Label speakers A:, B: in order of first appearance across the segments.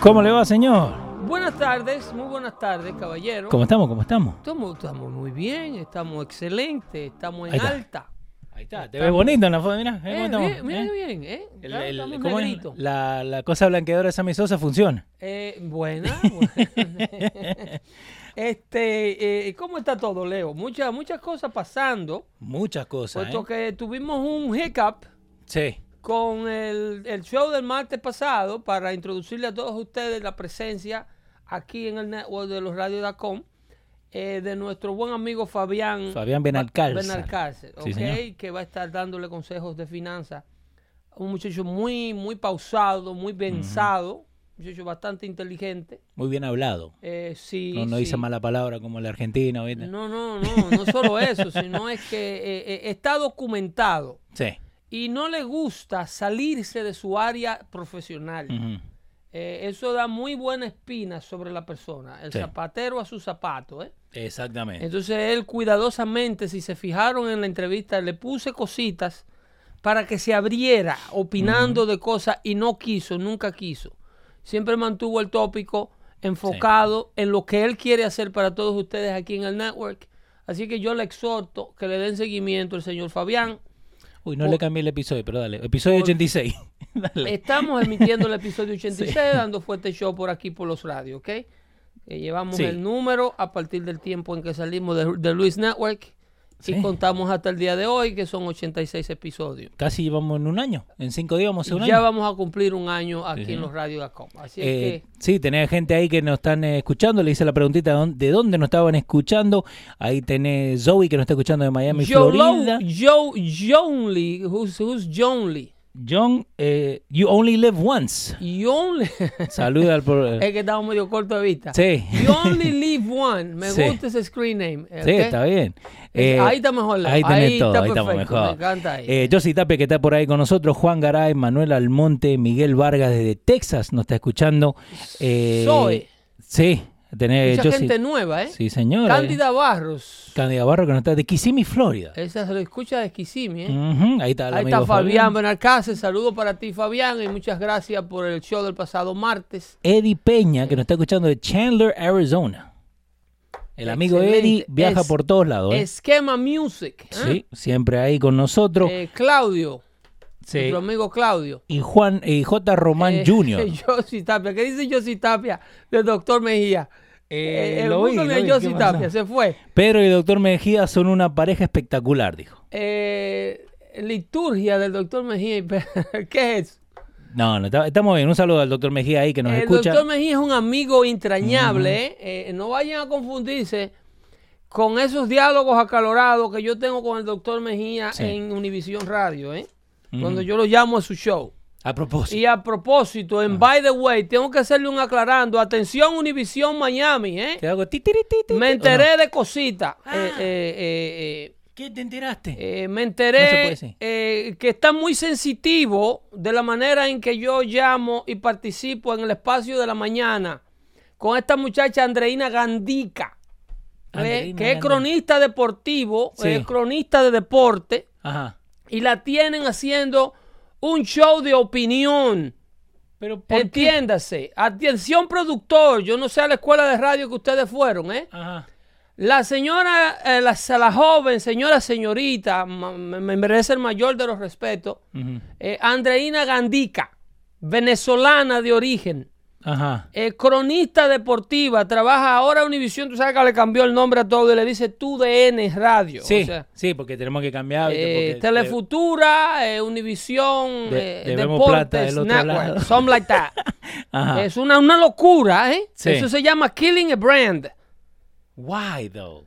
A: ¿Cómo le va, señor?
B: Buenas tardes, muy buenas tardes, caballero.
A: ¿Cómo estamos? ¿Cómo estamos?
B: Estamos, estamos muy bien, estamos excelentes, estamos en
A: Ahí está.
B: alta.
A: Ahí está, te
B: Estamos.
A: ves bonito en la foto, mirá. eh,
B: Eh,
A: ¿cómo
B: bien,
A: estamos?
B: mira
A: Eh.
B: qué bien, ¿eh?
A: El-
B: Ya
A: el-
B: estamos
A: ¿cómo es?
B: negritos.
A: La, la cosa blanqueadora de Sammy Sosa funciona.
B: Eh, buena, buena. este, eh, ¿cómo está todo, Leo? Muchas, muchas cosas pasando,
A: Muchas cosas.
B: puesto
A: ¿eh?
B: que tuvimos un hiccup
A: Sí.
B: con el, el show del martes pasado para introducirle a todos ustedes la presencia aquí en el network de los Radio Dacom eh, de nuestro buen amigo Fabián
A: Fabián Benalcázar.
B: Ba- Benalcázar,
A: Sí,
B: ok,
A: señor.
B: que va a estar dándole consejos de finanzas. Un muchacho muy, muy pausado, muy pensado, un muchacho bastante inteligente.
A: Muy bien hablado.
B: Eh, sí,
A: No, no
B: sí.
A: dice mala palabra como el argentino, ¿viste?
B: No, no, no, no solo eso, sino es que eh, eh, está documentado
A: Sí.
B: y no le gusta salirse de su área profesional.
A: Ujú.
B: Eh, eso da muy buena espina sobre la persona, el
A: Sí.
B: zapatero a su zapato. ¿eh?
A: Exactamente.
B: Entonces él cuidadosamente, si se fijaron en la entrevista, le puse cositas para que se abriera opinando de cosas y no quiso, nunca quiso. Siempre mantuvo el tópico enfocado en lo que él quiere hacer para todos ustedes aquí en el network. Así que yo le exhorto que le den seguimiento al señor Fabián.
A: Uy, no
B: o-
A: le cambié el episodio, pero dale. Episodio 86. dale.
B: Estamos emitiendo el episodio 86, dando fuerte show por aquí por los radios, ¿ok? Eh, llevamos
A: Sí.
B: el número a partir del tiempo en que salimos de, de Luis Network
A: Sí.
B: y contamos hasta el día de hoy, que son 86 episodios.
A: Casi llevamos en un año. En cinco días vamos a un
B: Ya
A: año.
B: vamos a cumplir un año aquí
A: Sí,
B: en
A: sí.
B: los radios Gacom. Así
A: Eh,
B: es que
A: sí, tenés gente ahí que nos están eh, escuchando. Le hice la preguntita de dónde- de dónde nos estaban escuchando. Ahí tenés Zoe que nos está escuchando de Miami,
B: Joe
A: Florida.
B: Low- Joe John Lee, who's, who's John Lee?
A: John, eh, you only live once.
B: John Lee-
A: Saluda al pro-
B: es que estamos medio corto de vista.
A: Sí.
B: You only live one. Me
A: Sí.
B: gusta ese screen name. eh,
A: Sí,
B: ¿ok?
A: está bien.
B: Eh, ahí está mejor, Leo.
A: Ahí tenés
B: Ahí
A: todo,
B: está
A: ahí estamos
B: perfecto,
A: mejor.
B: me encanta ahí.
A: Eh, Josie Tapia, que está por ahí con nosotros, Juan Garay, Manuel Almonte, Miguel Vargas desde Texas nos está escuchando. Eh,
B: Zoe.
A: Sí, tenés
B: Mucha
A: Josie-
B: gente nueva, ¿eh?
A: Sí, señora.
B: Cándida Barros.
A: Cándida Barro que nos está de Kissimmee, Florida.
B: Esa se lo escucha de Kissimmee, ¿eh?
A: Ujú, ahí está el
B: Ahí
A: Mm, amigo
B: está Fabián Benalcácer. Saludos para ti, Fabián. Y muchas gracias por el show del pasado martes.
A: Eddie Peña, que nos está escuchando de Chandler, Arizona. El amigo
B: Excelente.
A: Eddie viaja
B: Es-
A: por todos lados. ¿eh?
B: Esquema Music. ¿eh?
A: Sí, siempre ahí con nosotros.
B: Eh, Claudio.
A: Sí.
B: Nuestro amigo Claudio.
A: Y Juan y J. Román
B: Eh,
A: Jr.
B: Yossi Tapia. ¿Qué dice Yossi Tapia del doctor Mejía?
A: Eh,
B: Eh, el
A: lo vi,
B: mundo
A: lo
B: de
A: vi, ¿qué
B: Yossi
A: pasó?
B: Tapia se fue.
A: Pedro y el doctor Mejía son una pareja espectacular, dijo.
B: Eh, liturgia del doctor Mejía. y Pe- ¿Qué es?
A: No, no, está- estamos bien. Un saludo al doctor Mejía ahí que nos
B: el
A: escucha.
B: doctor Mejía es un amigo entrañable. ¿eh? Eh, no vayan a confundirse con esos diálogos acalorados que yo tengo con el doctor Mejía
A: Sí.
B: en Univisión Radio. ¿eh?
A: Ujú.
B: Cuando yo lo llamo a su show.
A: A propósito.
B: Y a propósito,
A: Ah.
B: en By the Way, tengo que hacerle un aclarando. Atención, Univisión Miami. ¿eh?
A: Te hago ti, ti, ti, ti, ti,
B: Me
A: ¿o no?
B: enteré de cositas. eh, eh, eh, eh,
A: ¿Qué te enteraste? No
B: Eh, me
A: se puede
B: enteré
A: decir.
B: eh, que está muy sensitivo de la manera en que yo llamo y participo en el espacio de la mañana con esta muchacha Andreina Gandica, eh,
A: Andreina
B: que es
A: Gandica.
B: cronista deportivo,
A: Sí.
B: es cronista de deporte,
A: Ajá.
B: y la tienen haciendo un show de opinión.
A: Pero ¿por qué?
B: Entiéndase, atención productor, yo no sé a la escuela de radio que ustedes fueron, ¿eh?
A: Ajá.
B: La señora, eh, la, la joven, señora, señorita, ma- me, me merece el mayor de los respetos,
A: Ujú.
B: eh, Andreina Gandica, venezolana de origen,
A: Ajá.
B: eh, cronista deportiva, trabaja ahora en Univision, tú sabes que le cambió el nombre a todo y le dice TUDN Radio. o
A: Sí,
B: sea,
A: sí, porque tenemos que cambiar. ¿viste?
B: eh,
A: Porque-
B: Telefutura, eh, Univisión,
A: De-
B: eh,
A: debemos plata
B: Deportes,
A: del otro lado.
B: Network, something like that.
A: Ajá.
B: Es una, una locura, ¿eh?
A: Sí.
B: Eso se llama killing a brand.
A: Why though?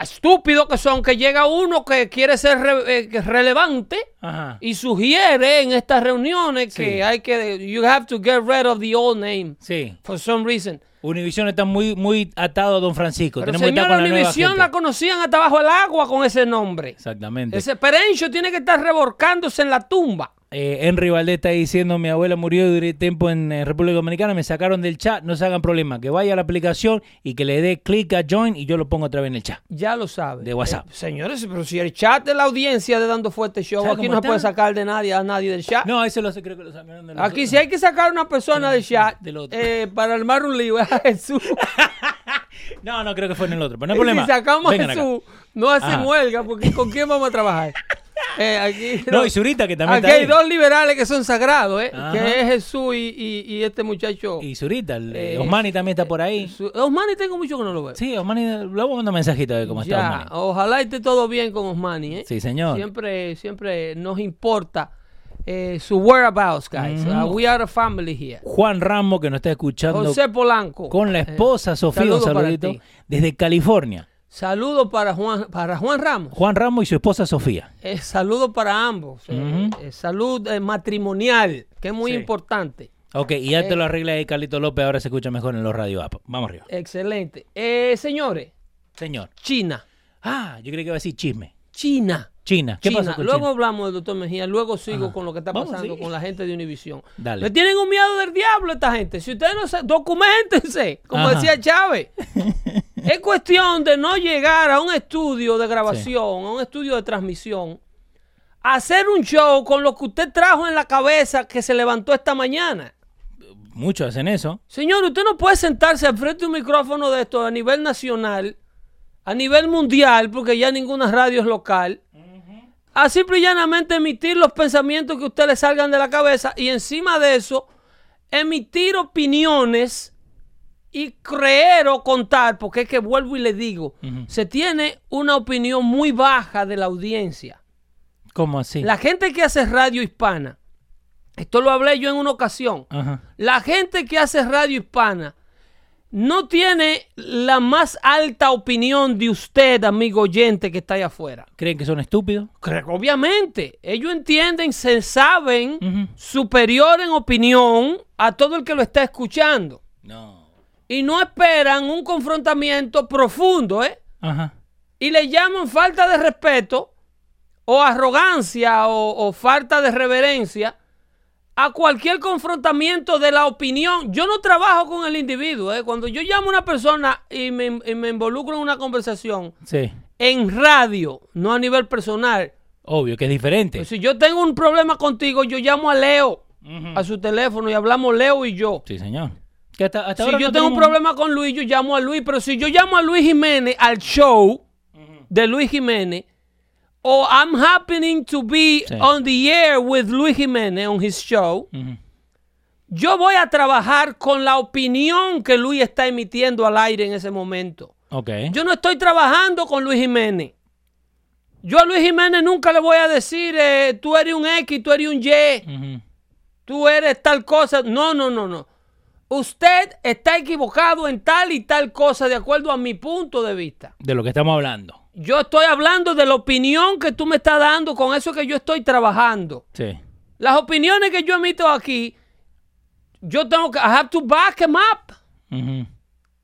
B: Estúpido que son, que llega uno que quiere ser re- eh, que es relevante
A: Ajá.
B: y sugiere en estas reuniones
A: Sí.
B: que hay que, you have to get rid of the old name
A: Sí.
B: for some reason.
A: Univisión está muy, muy atado a Don Francisco.
B: Pero
A: tenemos que estar
B: señora,
A: con la nueva
B: Univision
A: gente.
B: la conocían hasta bajo el agua con ese nombre.
A: Exactamente.
B: Ese Perencho tiene que estar revolcándose en la tumba.
A: Eh, Henry Valdés está diciendo, mi abuela murió durante tiempo en eh, República Dominicana, me sacaron del chat, no se hagan problema, que vaya a la aplicación y que le dé clic a join y yo lo pongo otra vez en el chat.
B: Ya lo sabe.
A: De WhatsApp.
B: Eh, señores, pero si el chat de la audiencia de Dando Fuerte Show,
A: ¿Sabe
B: aquí
A: cómo
B: no se
A: está?
B: puede sacar de nadie a nadie del chat.
A: No, eso lo sé, creo que lo sacaron de los-
B: Aquí si hay que sacar una persona del chat
A: del otro.
B: eh, para armar un lío es a Jesús.
A: No, no creo que fue en el otro, pero no hay
B: Y
A: problema.
B: si sacamos a
A: Vengan acá. Ah.
B: Jesús, no hacen
A: Ajá.
B: huelga porque ¿con quién vamos a trabajar? Eh, aquí,
A: No, y Zurita, que también
B: aquí
A: está
B: hay
A: ahí.
B: dos liberales que son sagrados, eh,
A: Ajá.
B: que es Jesús y, y- y este muchacho.
A: Y Zurita, el, eh,
B: Eh,
A: Osmani también está por ahí.
B: Su- Osmani tengo mucho que no lo veo.
A: Sí, Osmani, eh, le voy a mandar un mensajito a ver cómo está
B: ya, oh.
A: Osmani.
B: ojalá esté todo bien con Osmani. eh.
A: Sí, señor.
B: Siempre, siempre nos importa eh, su whereabouts, guys.
A: Ujú.
B: Uh, we are a family here.
A: Juan Ramos, que nos está escuchando
B: José Polanco.
A: con la
B: Eh,
A: esposa Sofía, un
B: saludos para
A: saludito,
B: ti.
A: desde California.
B: Saludos para Juan, para Juan Ramos.
A: Juan Ramos y su esposa Sofía.
B: Eh, saludos para ambos. Eh,
A: Ujú.
B: eh, salud eh, matrimonial, que es muy
A: Sí.
B: importante.
A: Ok, y ya te lo arregla ahí Carlito López, ahora se escucha mejor en los radio app. Vamos arriba.
B: Excelente. Eh, señores,
A: Señor.
B: China.
A: Ah, yo creí que iba a decir chisme.
B: China.
A: China. ¿Qué
B: China.
A: pasó con
B: luego
A: China?
B: hablamos del doctor Mejía, luego sigo
A: Ajá.
B: con lo que está
A: Vamos,
B: pasando
A: sí.
B: con la gente de Univisión.
A: Dale.
B: Le tienen un miedo del diablo a esta gente. Si ustedes no se documentense, como
A: Ajá.
B: decía Chávez. es cuestión de no llegar a un estudio de grabación, a un estudio de transmisión, a hacer un show con lo que usted trajo en la cabeza que se levantó esta mañana.
A: Muchos hacen eso.
B: Señor, usted no puede sentarse al frente de un micrófono de esto a nivel nacional, a nivel mundial, porque ya ninguna radio es local, a simple y llanamente emitir los pensamientos que a usted le salgan de la cabeza y encima de eso, emitir opiniones y creer o contar, porque es que vuelvo y le digo,
A: Ujú.
B: se tiene una opinión muy baja de la audiencia.
A: ¿Cómo así?
B: La gente que hace radio hispana, esto lo hablé yo en una ocasión.
A: Ajá.
B: La gente que hace radio hispana no tiene la más alta opinión de usted, amigo oyente, que está allá afuera.
A: ¿Creen que son estúpidos?
B: Creo que Obviamente, ellos entienden, se saben
A: Ujú.
B: superior en opinión a todo el que lo está escuchando.
A: No.
B: Y no esperan un confrontamiento profundo, ¿eh?
A: Ajá.
B: y le llaman falta de respeto o arrogancia o, o falta de reverencia a cualquier confrontamiento de la opinión. Yo no trabajo con el individuo. ¿eh? Cuando yo llamo a una persona y me, y me involucro en una conversación
A: Sí.
B: en radio, no a nivel personal.
A: Obvio que es diferente.
B: Pues si yo tengo un problema contigo, yo llamo a Leo
A: Ujú.
B: a su teléfono y hablamos Leo y yo.
A: Sí, señor. Que hasta, hasta
B: Si
A: ahora
B: yo
A: no
B: tengo un
A: tenemos-
B: problema con Luis, yo llamo a Luis. Pero si yo llamo a Luis Jiménez al show de Luis Jiménez, o I'm happening to be
A: Sí.
B: on the air with Luis Jiménez on his show,
A: Ujú.
B: yo voy a trabajar con la opinión que Luis está emitiendo al aire en ese momento.
A: Ok.
B: Yo no estoy trabajando con Luis Jiménez. Yo a Luis Jiménez nunca le voy a decir, eh, tú eres un X, tú eres un Y
A: Ujú.
B: tú eres tal cosa. No, no, no, no. Usted está equivocado en tal y tal cosa de acuerdo a mi punto de vista.
A: De lo que estamos hablando.
B: Yo estoy hablando de la opinión que tú me estás dando con eso que yo estoy trabajando.
A: Sí.
B: Las opiniones que yo emito aquí, yo tengo que, I have to back them 'em up.
A: Ujú.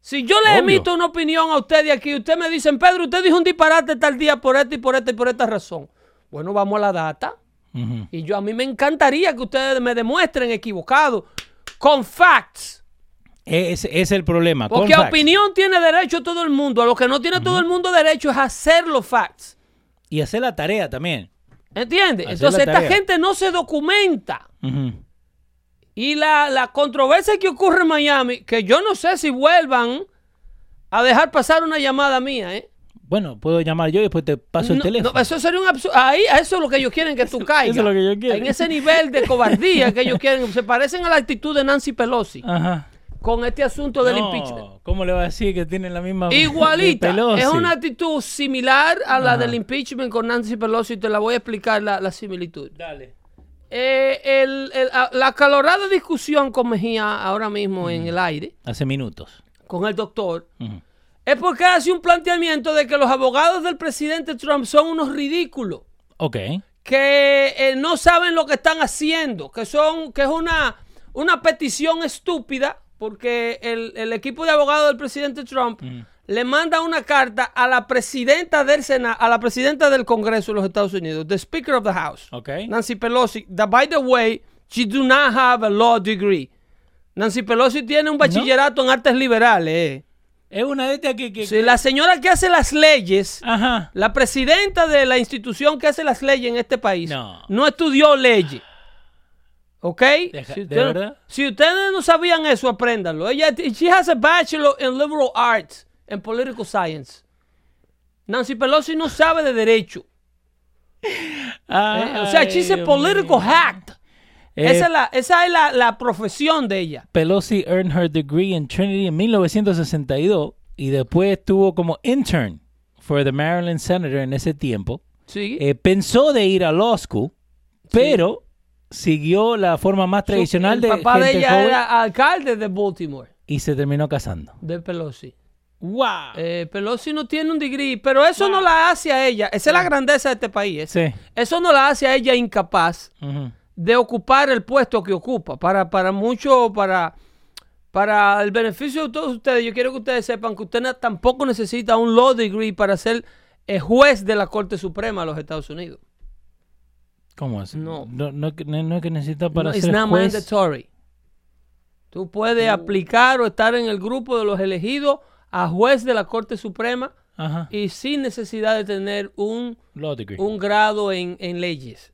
B: Si yo le
C: Obvio.
B: emito una opinión a usted de aquí, usted me dicen, Pedro, usted dijo un disparate tal día por esta y por esta y por esta razón. Bueno, vamos a la data.
A: Ujú.
B: Y yo a mí me encantaría que ustedes me demuestren equivocado con facts.
A: Es- Ese es el problema. con
B: Porque
A: facts.
B: opinión tiene derecho todo el mundo. A lo que no tiene todo el mundo derecho es hacer los facts.
A: Y hacer la tarea también.
B: ¿Entiendes?
A: Hacer
B: Entonces
A: la
B: esta
A: tarea.
B: gente no se documenta.
A: Ujú.
B: Y la, la controversia que ocurre en Miami, que yo no sé si vuelvan a dejar pasar una llamada mía, ¿eh?
A: Bueno, puedo llamar yo y después te paso el
B: No,
A: teléfono.
B: no, eso sería un absurdo. Ahí, a eso es lo que ellos quieren que tú caigas.
A: eso es lo que ellos quieren.
B: En ese nivel de cobardía que ellos quieren. Se parecen a la actitud de Nancy Pelosi
A: Ajá.
B: con este asunto del
A: Ah. No,
B: impeachment.
A: ¿Cómo le va a decir que tienen la misma
B: Igualita.
A: de Pelosi?
B: Es una actitud similar a la
A: Ajá.
B: del impeachment con Nancy Pelosi. Te la voy a explicar la, la similitud.
A: Dale.
B: Eh, el- el- a- la acalorada discusión con Mejía ahora mismo en el aire,
A: Hace minutos.
B: con el doctor,
A: Ujú.
B: es porque hace un planteamiento de que los abogados del presidente Trump son unos ridículos
A: Ok.
B: que eh, no saben lo que están haciendo, que son, que es una, una petición estúpida, porque el, el equipo de abogados del presidente Trump le manda una carta a la presidenta del Sena- a la presidenta del Congreso de los Estados Unidos, the Speaker of the House,
A: Ok.
B: Nancy Pelosi, that by the way, she do not have a law degree. Nancy Pelosi tiene un bachillerato en artes liberales. eh.
A: Es una de estas que... que-
B: Sí, la señora que hace las leyes
A: Ajá.
B: la presidenta de la institución que hace las leyes en este país
A: No.
B: estudió leyes. ¿Ok?
A: Deja-
B: si,
A: ¿de
B: usted-
A: verdad?
B: si ustedes no sabían eso, apréndanlo. Ella she has a bachelor in liberal arts and political science. Nancy Pelosi no sabe de derecho. ¿eh?
A: Ay,
B: O sea, she's a
A: Dios
B: political
A: mío.
B: hack.
A: Eh,
B: esa es, la, esa es la, la profesión de ella.
A: Pelosi earned her degree in Trinity en 1962 y después estuvo como intern for the Maryland Senator en ese tiempo.
B: ¿Sí?
A: Eh, pensó de ir a law school, pero siguió la forma más tradicional
B: El
A: de
B: papá de
A: gente
B: ella
A: joven
B: era alcalde de Baltimore,
A: y se terminó casando.
B: de Pelosi.
A: ¡Wow!
B: Eh, Pelosi no tiene un degree, pero eso no la hace a ella. Esa es la grandeza de este país. ¿eh?
A: sí.
B: Eso no la hace a ella incapaz
A: Ujú.
B: de ocupar el puesto que ocupa. Para, para mucho, para, para el beneficio de todos ustedes, yo quiero que ustedes sepan que usted na- tampoco necesita un law degree para ser eh, juez de la Corte Suprema de los Estados Unidos.
A: ¿Cómo es?
B: No.
A: No, no, que- no es que necesita para
B: no, it's
A: ser
B: not
A: juez.
B: mandatory. Tú puedes aplicar o estar en el grupo de los elegidos a juez de la Corte Suprema
A: Ajá.
B: y sin necesidad de tener un
A: Law degree.
B: un grado en, en leyes.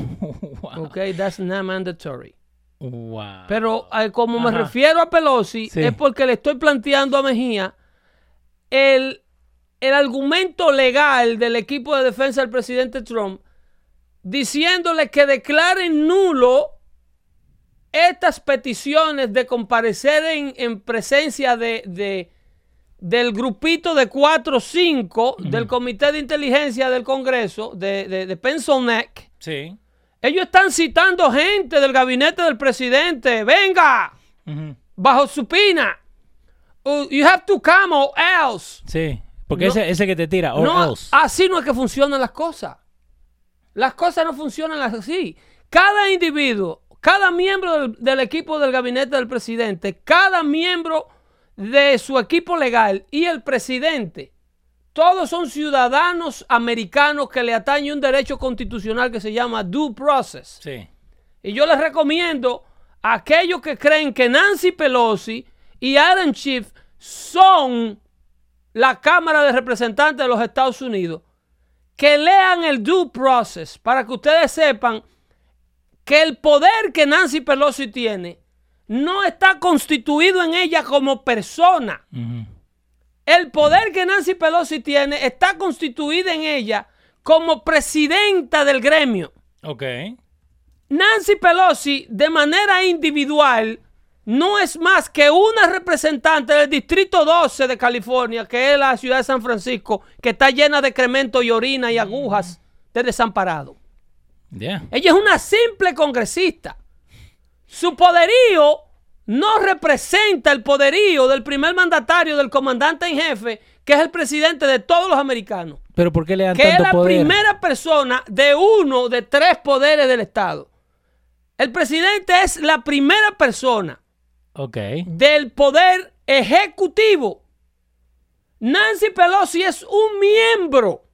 A: wow.
B: Ok, that's not mandatory.
A: Wow.
B: Pero eh, como me
A: Ajá.
B: refiero a Pelosi,
A: Sí.
B: es porque le estoy planteando a Mejía el, el argumento legal del equipo de defensa del presidente Trump diciéndole que declaren nulo estas peticiones de comparecer en, en presencia de, de- del grupito de 4 o 5 del Comité de Inteligencia del Congreso, de, de, de Pensonet.
A: sí.
B: Ellos están citando gente del gabinete del presidente. Venga,
A: Ujú.
B: bajo supina. Uh, you have to come or else.
A: Sí. Porque
B: No.
A: ese, ese que te tira, or
B: No, ah.
A: else.
B: así no es que funcionan las cosas. Las cosas no funcionan así. Cada individuo, cada miembro del, del equipo del gabinete del presidente, cada miembro de su equipo legal y el presidente, todos son ciudadanos americanos que le atañe un derecho constitucional que se llama due process.
A: Sí.
B: Y yo les recomiendo a aquellos que creen que Nancy Pelosi y Adam Schiff son la Cámara de Representantes de los Estados Unidos, que lean el due process para que ustedes sepan que el poder que Nancy Pelosi tiene no está constituido en ella como persona.
A: Ujú.
B: El poder que Nancy Pelosi tiene está constituido en ella como presidenta del gremio.
A: Ok.
B: Nancy Pelosi, de manera individual, no es más que una representante del Distrito 12 de California, que es la ciudad de San Francisco, que está llena de cremento y orina y agujas de desamparado.
A: Ya.
B: Ella es una simple congresista. Su poderío no representa el poderío del primer mandatario, del comandante en jefe, que es el presidente de todos los americanos
A: Pero ¿por qué le dan
B: que es
A: tanto
B: la
A: poder?
B: primera persona de uno de tres poderes del Estado. El presidente es la primera persona
A: Ok.
B: del poder ejecutivo. Nancy Pelosi es un miembro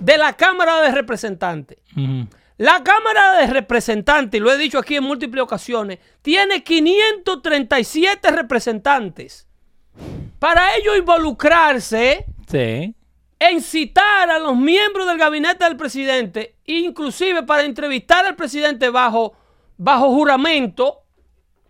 B: de la Cámara de Representantes.
A: Ujú.
B: La Cámara de Representantes, y lo he dicho aquí en múltiples ocasiones, tiene 537 representantes. Para ello involucrarse
A: Sí.
B: en citar a los miembros del gabinete del presidente, inclusive para entrevistar al presidente bajo, bajo juramento,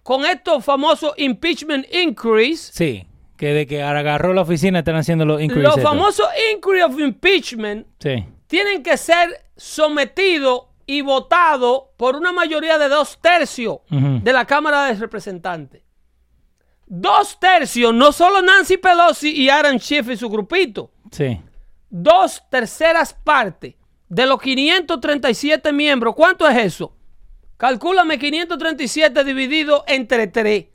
B: con estos famosos impeachment inquiries,
A: Sí. Que de que agarró la oficina están haciendo los inquiries
B: los
A: estos.
B: famosos inquiry of impeachment
A: Sí.
B: tienen que ser sometidos y votados por una mayoría de dos tercios
A: Ujú.
B: de la Cámara de Representantes. Dos tercios, no solo Nancy Pelosi y Aaron Schiff y su grupito.
A: Sí.
B: dos terceras partes de los 537 miembros. ¿Cuánto es eso? Calcúlame 537 dividido entre 3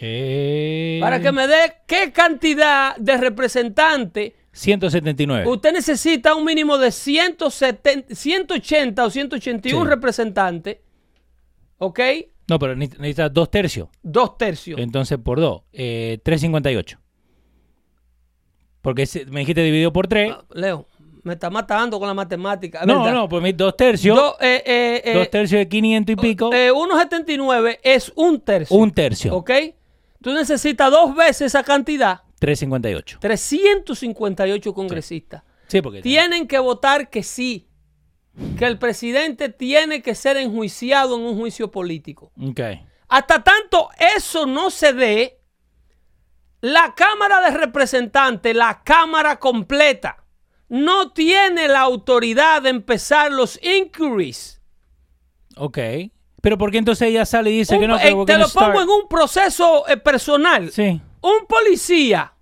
A: Eh,
B: para que me dé qué cantidad de representantes.
A: Eh, 179.
B: Usted necesita un mínimo de 170, 180 o 181
A: Sí.
B: representantes. ¿Ok?
A: No, pero neces- necesitas dos tercios.
B: Dos tercios.
A: Entonces, por dos. Eh, 358. Porque si- me dijiste dividido por tres.
B: Ah, Leo, me está matando con la matemática.
A: No,
B: ¿verdad?
A: no, pues mi- dos tercios.
B: Do- eh, eh, eh,
A: dos tercios de 500 y pico.
B: eh, 1,79 es un tercio.
A: un tercio.
B: ¿Ok? Tú necesitas dos veces esa cantidad.
A: 358.
B: 358 congresistas.
A: Sí, porque.
B: Tienen que votar que sí. Que el presidente tiene que ser enjuiciado en un juicio político.
A: Ok.
B: Hasta tanto eso no se dé, la Cámara de Representantes, la Cámara completa, no tiene la autoridad de empezar los inquiries.
A: Ok. Pero ¿por qué entonces ella sale y dice
B: Un-
A: que no? que
B: eh,
A: we're
B: te
A: gonna
B: lo pongo
A: start-
B: en un proceso eh, personal.
A: Sí.
B: Un policía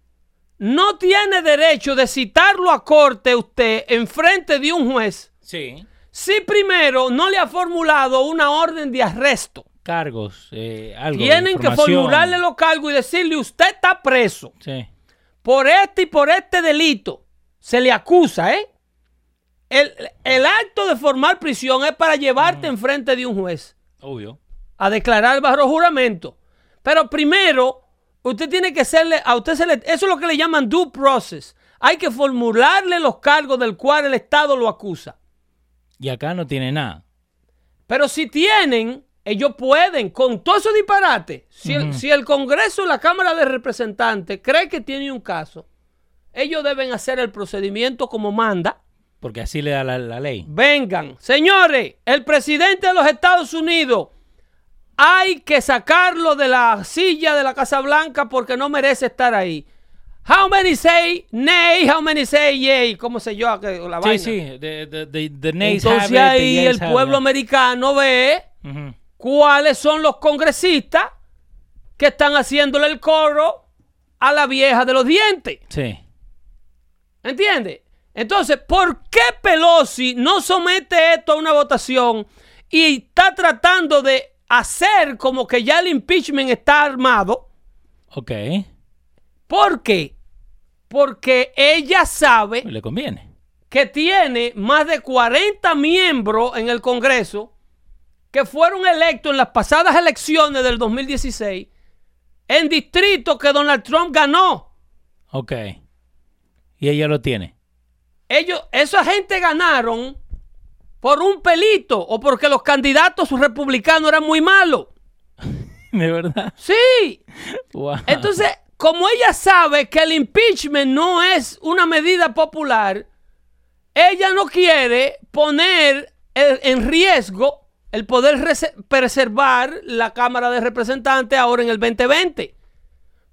B: no tiene derecho de citarlo a corte usted en frente de un juez
A: Sí.
B: si primero no le ha formulado una orden de arresto.
A: Cargos, eh, algo.
B: Tienen que
A: información.
B: formularle los cargos y decirle usted está preso
A: Sí.
B: por este y por este delito. Se le acusa, ¿eh? El, el acto de formar prisión es para llevarte
A: Mm.
B: en frente de un juez
A: Obvio.
B: a declarar bajo juramento. Pero primero, usted tiene que hacerle, a usted se le, eso es lo que le llaman due process. Hay que formularle los cargos del cual el Estado lo acusa.
A: Y acá no tiene nada.
B: Pero si tienen, ellos pueden, con todo esos disparate, si, el, si el Congreso y la Cámara de Representantes cree que tiene un caso, ellos deben hacer el procedimiento como manda.
A: Porque así le da la, la ley.
B: Vengan, señores, el presidente de los Estados Unidos hay que sacarlo de la silla de la Casa Blanca porque no merece estar ahí. How many say nay, how many say yay, cómo sé yo, que- la vaina.
A: Sí, sí. The, the, the, the nays have
B: Entonces
A: it, the
B: ahí
A: yays
B: el
A: have
B: pueblo
A: it.
B: americano ve
A: Ujú.
B: cuáles son los congresistas que están haciéndole el coro a la vieja de los dientes.
A: Sí.
B: ¿Entiendes? Entonces, ¿por qué Pelosi no somete esto a una votación y está tratando de hacer como que ya el impeachment está armado?
A: Ok.
B: ¿Por qué? Porque ella sabe
A: Le conviene.
B: que tiene más de 40 miembros en el Congreso que fueron electos en las pasadas elecciones del 2016 en distritos que Donald Trump ganó.
A: Ok. Y ella lo tiene.
B: Ellos, esa gente ganaron por un pelito o porque los candidatos republicanos eran muy malos.
A: De verdad.
B: Sí.
A: Wow.
B: Entonces, como ella sabe que el impeachment no es una medida popular, ella no quiere poner el- en riesgo el poder rese- preservar la Cámara de Representantes ahora en el 2020.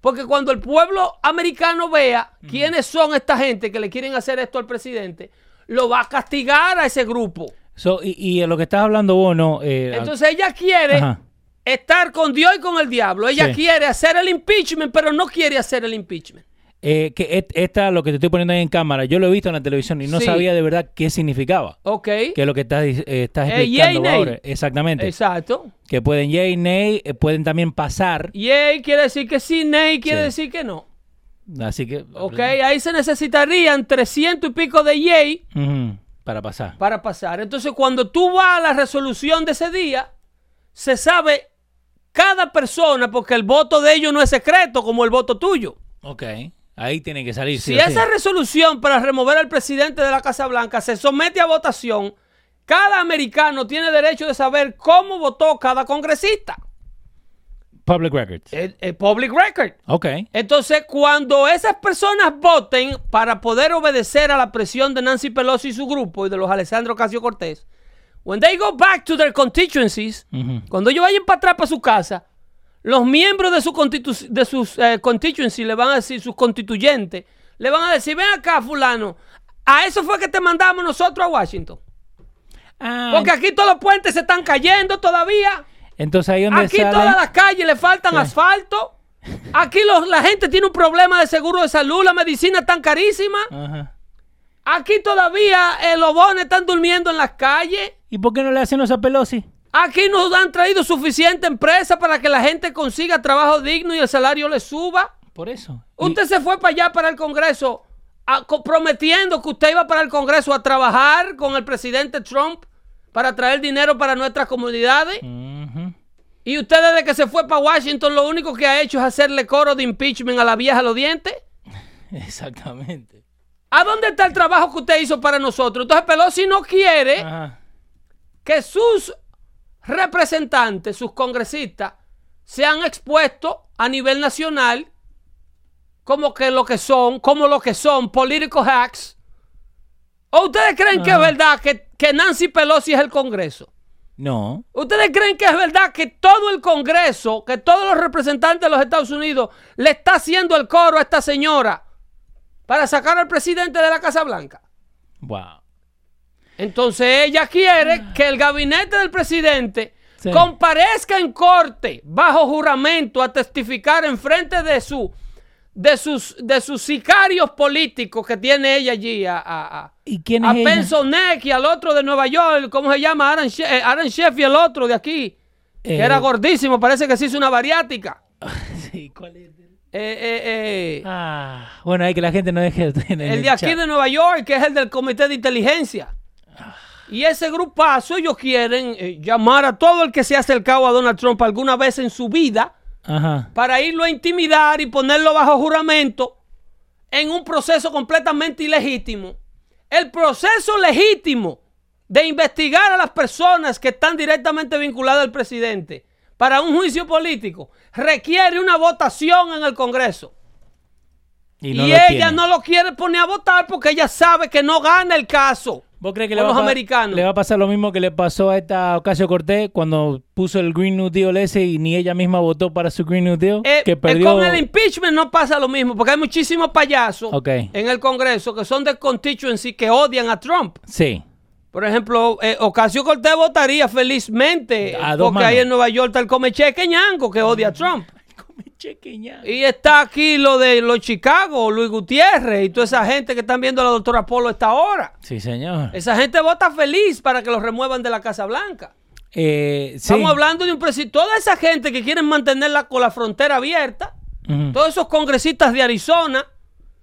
B: Porque cuando el pueblo americano vea quiénes son esta gente que le quieren hacer esto al presidente, lo va a castigar a ese grupo.
A: So, y, y lo que estás hablando vos, no. eh,
B: Entonces ella quiere
A: Ajá.
B: estar con Dios y con el diablo. Ella
A: Sí.
B: quiere hacer el impeachment, pero no quiere hacer el impeachment.
A: eh, que et- esta, lo que te estoy poniendo ahí en cámara, yo lo he visto en la televisión y no
B: Sí.
A: sabía de verdad qué significaba.
B: ¿Ok?
A: Que es lo que estás, dic- eh, estás
B: Eh, yay,
A: explicando
B: nay.
A: ahora. Exactamente.
B: Exacto.
A: Que pueden yay, nay, eh, pueden también pasar.
B: Yay quiere decir que sí, nay quiere
A: Sí.
B: decir que no.
A: Así que.
B: ¿Ok? Ahí se necesitarían 300 y pico de yay
A: Ujú, Para pasar.
B: para pasar. Entonces, cuando tú vas a la resolución de ese día, se sabe cada persona, porque el voto de ellos no es secreto como el voto tuyo.
A: Ok. Ahí tiene que salir. sí
B: Si
A: o sí.
B: esa resolución para remover al presidente de la Casa Blanca se somete a votación, cada americano tiene derecho de saber cómo votó cada congresista.
A: Public records.
B: Es es public record.
A: Ok.
B: Entonces, cuando esas personas voten para poder obedecer a la presión de Nancy Pelosi y su grupo y de los Alessandro Casio Cortés, when they go back to their constituencies,
A: Ujú.
B: cuando ellos vayan para atrás para su casa, los miembros de, su constitu- de sus eh, constituencies le van a decir, sus constituyentes, le van a decir, ven acá, fulano, a eso fue que te mandamos nosotros a Washington.
A: Ah,
B: Porque aquí todos los puentes se están cayendo todavía.
A: entonces ahí donde
B: Aquí
A: sale-
B: todas las calles le faltan asfalto. Aquí los- la gente tiene un problema de seguro de salud, la medicina es tan carísima.
A: Ajá.
B: Aquí todavía eh, los bones están durmiendo en las calles.
A: ¿Y por qué no le hacen eso a Pelosi?
B: Aquí nos han traído suficiente empresa para que la gente consiga trabajo digno y el salario le suba.
A: Por eso. Y-
B: Usted se fue para allá, para el Congreso, a- co- prometiendo que usted iba para el Congreso a trabajar con el presidente Trump para traer dinero para nuestras comunidades.
A: Ujú.
B: Y usted desde que se fue para Washington lo único que ha hecho es hacerle coro de impeachment a la vieja a los dientes.
A: Exactamente.
B: ¿A dónde está el trabajo que usted hizo para nosotros? Entonces Pelosi no quiere
A: Ajá.
B: que sus representantes, sus congresistas, sean expuestos a nivel nacional como que lo que son, como lo que son, políticos hacks. ¿O ustedes creen que es
A: Ajá.
B: verdad que, que Nancy Pelosi es el Congreso?
A: No.
B: ¿Ustedes creen que es verdad que todo el Congreso, que todos los representantes de los Estados Unidos le está haciendo el coro a esta señora para sacar al presidente de la Casa Blanca?
A: Wow.
B: Entonces ella quiere que el gabinete del presidente
A: Ah. Sí.
B: comparezca en corte bajo juramento a testificar en frente de su de sus de sus sicarios políticos que tiene ella allí a, a- a-
A: ¿Y quién
B: a
A: es ella?
B: Pensonek y al otro de Nueva York, ¿cómo se llama? Aaron, She- eh, Aaron Sheff y el otro de aquí, que
A: Eh.
B: era gordísimo, parece que se hizo una bariátrica.
A: Sí, ¿cuál es?
B: Eh, eh, eh,
A: Ah, bueno, hay que la gente no deje de en
B: el de aquí
A: chat. Ah.
B: de Nueva York, que es el del Comité de Inteligencia. Y ese grupazo, ellos quieren eh, llamar a todo el que se ha acercado a Donald Trump alguna vez en su vida
A: Ajá.
B: para irlo a intimidar y ponerlo bajo juramento en un proceso completamente ilegítimo. El proceso legítimo de investigar a las personas que están directamente vinculadas al presidente para un juicio político requiere una votación en el Congreso.
A: Y,
B: Y,
A: no lo
B: ella
A: tiene.
B: no lo quiere poner a votar porque ella sabe que no gana el caso.
A: ¿Vos crees que
B: o
A: le va, a
B: los
A: pa-
B: americanos.
A: le va a pasar lo mismo que le pasó a esta Ocasio Cortés cuando puso el Green New Deal ese y ni ella misma votó para su Green New Deal?
B: Eh, eh,
A: que perdió.
B: con el impeachment no pasa lo mismo porque hay muchísimos payasos
A: Ok.
B: en el Congreso que son de constituency que odian a Trump.
A: Sí.
B: Por ejemplo, eh, Ocasio Cortés votaría felizmente eh,
A: A dos
B: porque ahí
A: manos.
B: en Nueva York está el comecheque ñango que odia a Trump.
A: Chequeña.
B: Y está aquí lo de los Chicago, Luis Gutiérrez y toda esa gente que están viendo a la doctora Polo a esta hora.
A: Sí, señor.
B: Esa gente vota feliz para que los remuevan de la Casa Blanca.
A: Eh, sí.
B: Estamos hablando de un presidente. Toda esa gente que quieren mantener la, con la frontera abierta,
A: Ujú.
B: todos esos congresistas de Arizona,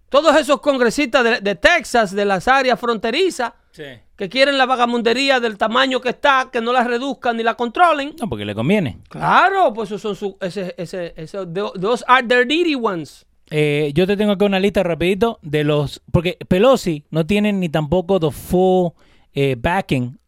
B: todos esos congresistas de, de Texas, de las áreas fronterizas,
A: Sí.
B: que quieren la vagamundería del tamaño que está, que no la reduzcan ni la controlen.
A: No, porque le conviene.
B: Claro, pues esos son sus. Ese, ese, ese- those are the dirty ones.
A: Eh, yo te tengo acá una lista rapidito de los... Porque Pelosi no tiene ni tampoco the full eh, backing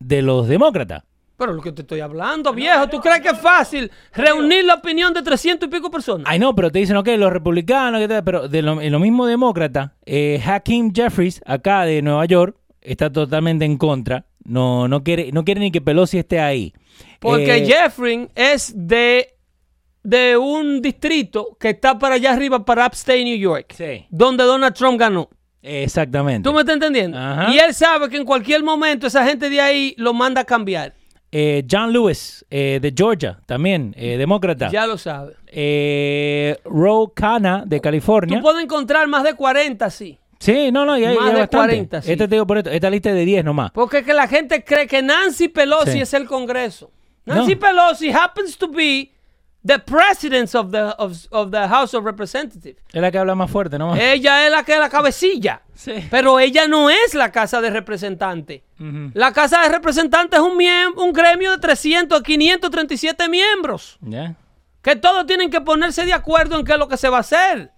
A: de los demócratas.
B: Pero lo que te estoy hablando, viejo, ¿tú crees que es fácil reunir la opinión de 300 y pico personas?
A: Ay, no, pero te dicen, ok, los republicanos, ¿qué tal? pero de lo, en lo mismo demócrata, eh, Hakeem Jeffries, acá de Nueva York, está totalmente en contra. No, no quiere, no quiere ni que Pelosi esté ahí.
B: Porque
A: Eh,
B: Jeffrey es de, de un distrito que está para allá arriba, para Upstate New York,
A: Sí.
B: donde Donald Trump ganó.
A: Exactamente.
B: ¿Tú me estás entendiendo?
A: Ajá.
B: Y él sabe que en cualquier momento esa gente de ahí lo manda a cambiar.
A: Eh, John Lewis, eh, de Georgia, también, eh, demócrata.
B: Ya lo sabe.
A: Eh, Ro Khanna, de California.
B: Tú puedes encontrar más de 40, sí.
A: Sí, no, no, ya,
B: Más
A: ya
B: de
A: bastante.
B: 40, sí.
A: Este te digo por esto, esta lista es de 10 nomás.
B: Porque es que la gente cree que Nancy Pelosi
A: Sí.
B: es el Congreso.
A: No.
B: Nancy Pelosi happens to be The president of the, of, of the House of Representatives.
A: Es la que habla más fuerte, ¿no?
B: Ella es la que es la cabecilla.
A: Ah. Sí.
B: Pero ella no es la Casa de Representantes.
A: Ujú.
B: La Casa de Representantes es un, miem- un gremio de 300 a 537 miembros.
A: Ya.
B: Que todos tienen que ponerse de acuerdo en qué es lo que se va a hacer.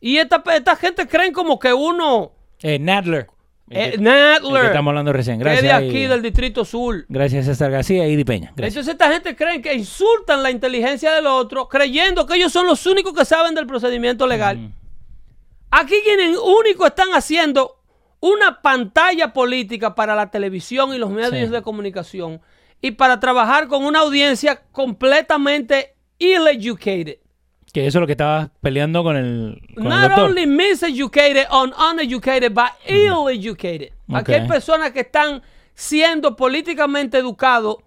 B: Y esta, esta gente creen como que uno...
A: Eh, Nadler.
B: Eh,
A: El que
B: Nadler,
A: estamos hablando recién.
B: que es de
A: Gracias. y-
B: aquí del Distrito Sur.
A: Gracias César García y Di Peña. Gracias.
B: Entonces esta gente creen que insultan la inteligencia del otro creyendo que ellos son los únicos que saben del procedimiento legal. Aquí quienes únicos están haciendo una pantalla política para la televisión y los medios
A: Sí.
B: de comunicación y para trabajar con una audiencia completamente ill-educated.
A: Que eso es lo que estabas peleando con el, con el
B: Not
A: doctor. Mm.
B: only miseducated on uneducated, but ill-educated. Aquí hay
A: Ok.
B: personas que están siendo políticamente educados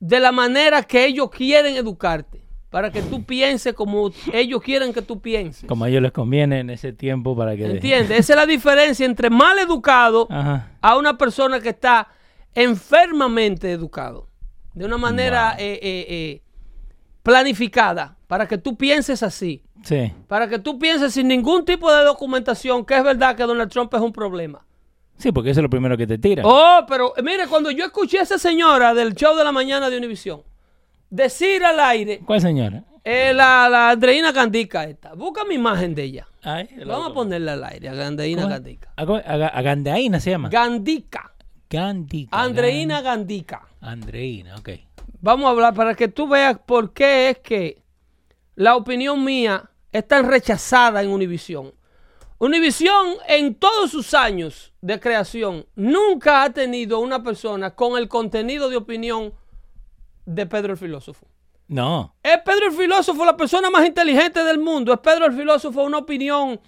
B: de la manera que ellos quieren educarte. Para que tú pienses como ellos quieren que tú pienses.
A: Como a ellos les conviene en ese tiempo para que...
B: ¿Entiendes? Esa es la diferencia entre mal educado
A: Ajá.
B: a una persona que está enfermamente educado. De una manera eh, eh, eh, planificada. Para que tú pienses así
A: Sí.
B: para que tú pienses sin ningún tipo de documentación que es verdad que Donald Trump es un problema.
A: Sí, porque eso es lo primero que te tira.
B: Oh, pero eh, mire, cuando yo escuché a esa señora del show de la mañana de Univisión decir al aire,
A: ¿Cuál señora?
B: eh, la, la Andreina Candica esta, busca mi imagen de ella.
A: Ay, la-
B: Vamos a ponerla al aire, a Andreina Gandica.
A: ¿A cómo- a- a Gandaína se llama.
B: Gandica,
A: Gandica.
B: Andreina Gandica.
A: Gan- Andreina, ok.
B: Vamos a hablar para que tú veas por qué es que la opinión mía es tan rechazada en Univisión. Univisión en todos sus años de creación nunca ha tenido una persona con el contenido de opinión de Pedro el Filósofo.
A: No.
B: Es Pedro el Filósofo la persona más inteligente del mundo. Es Pedro el Filósofo una opinión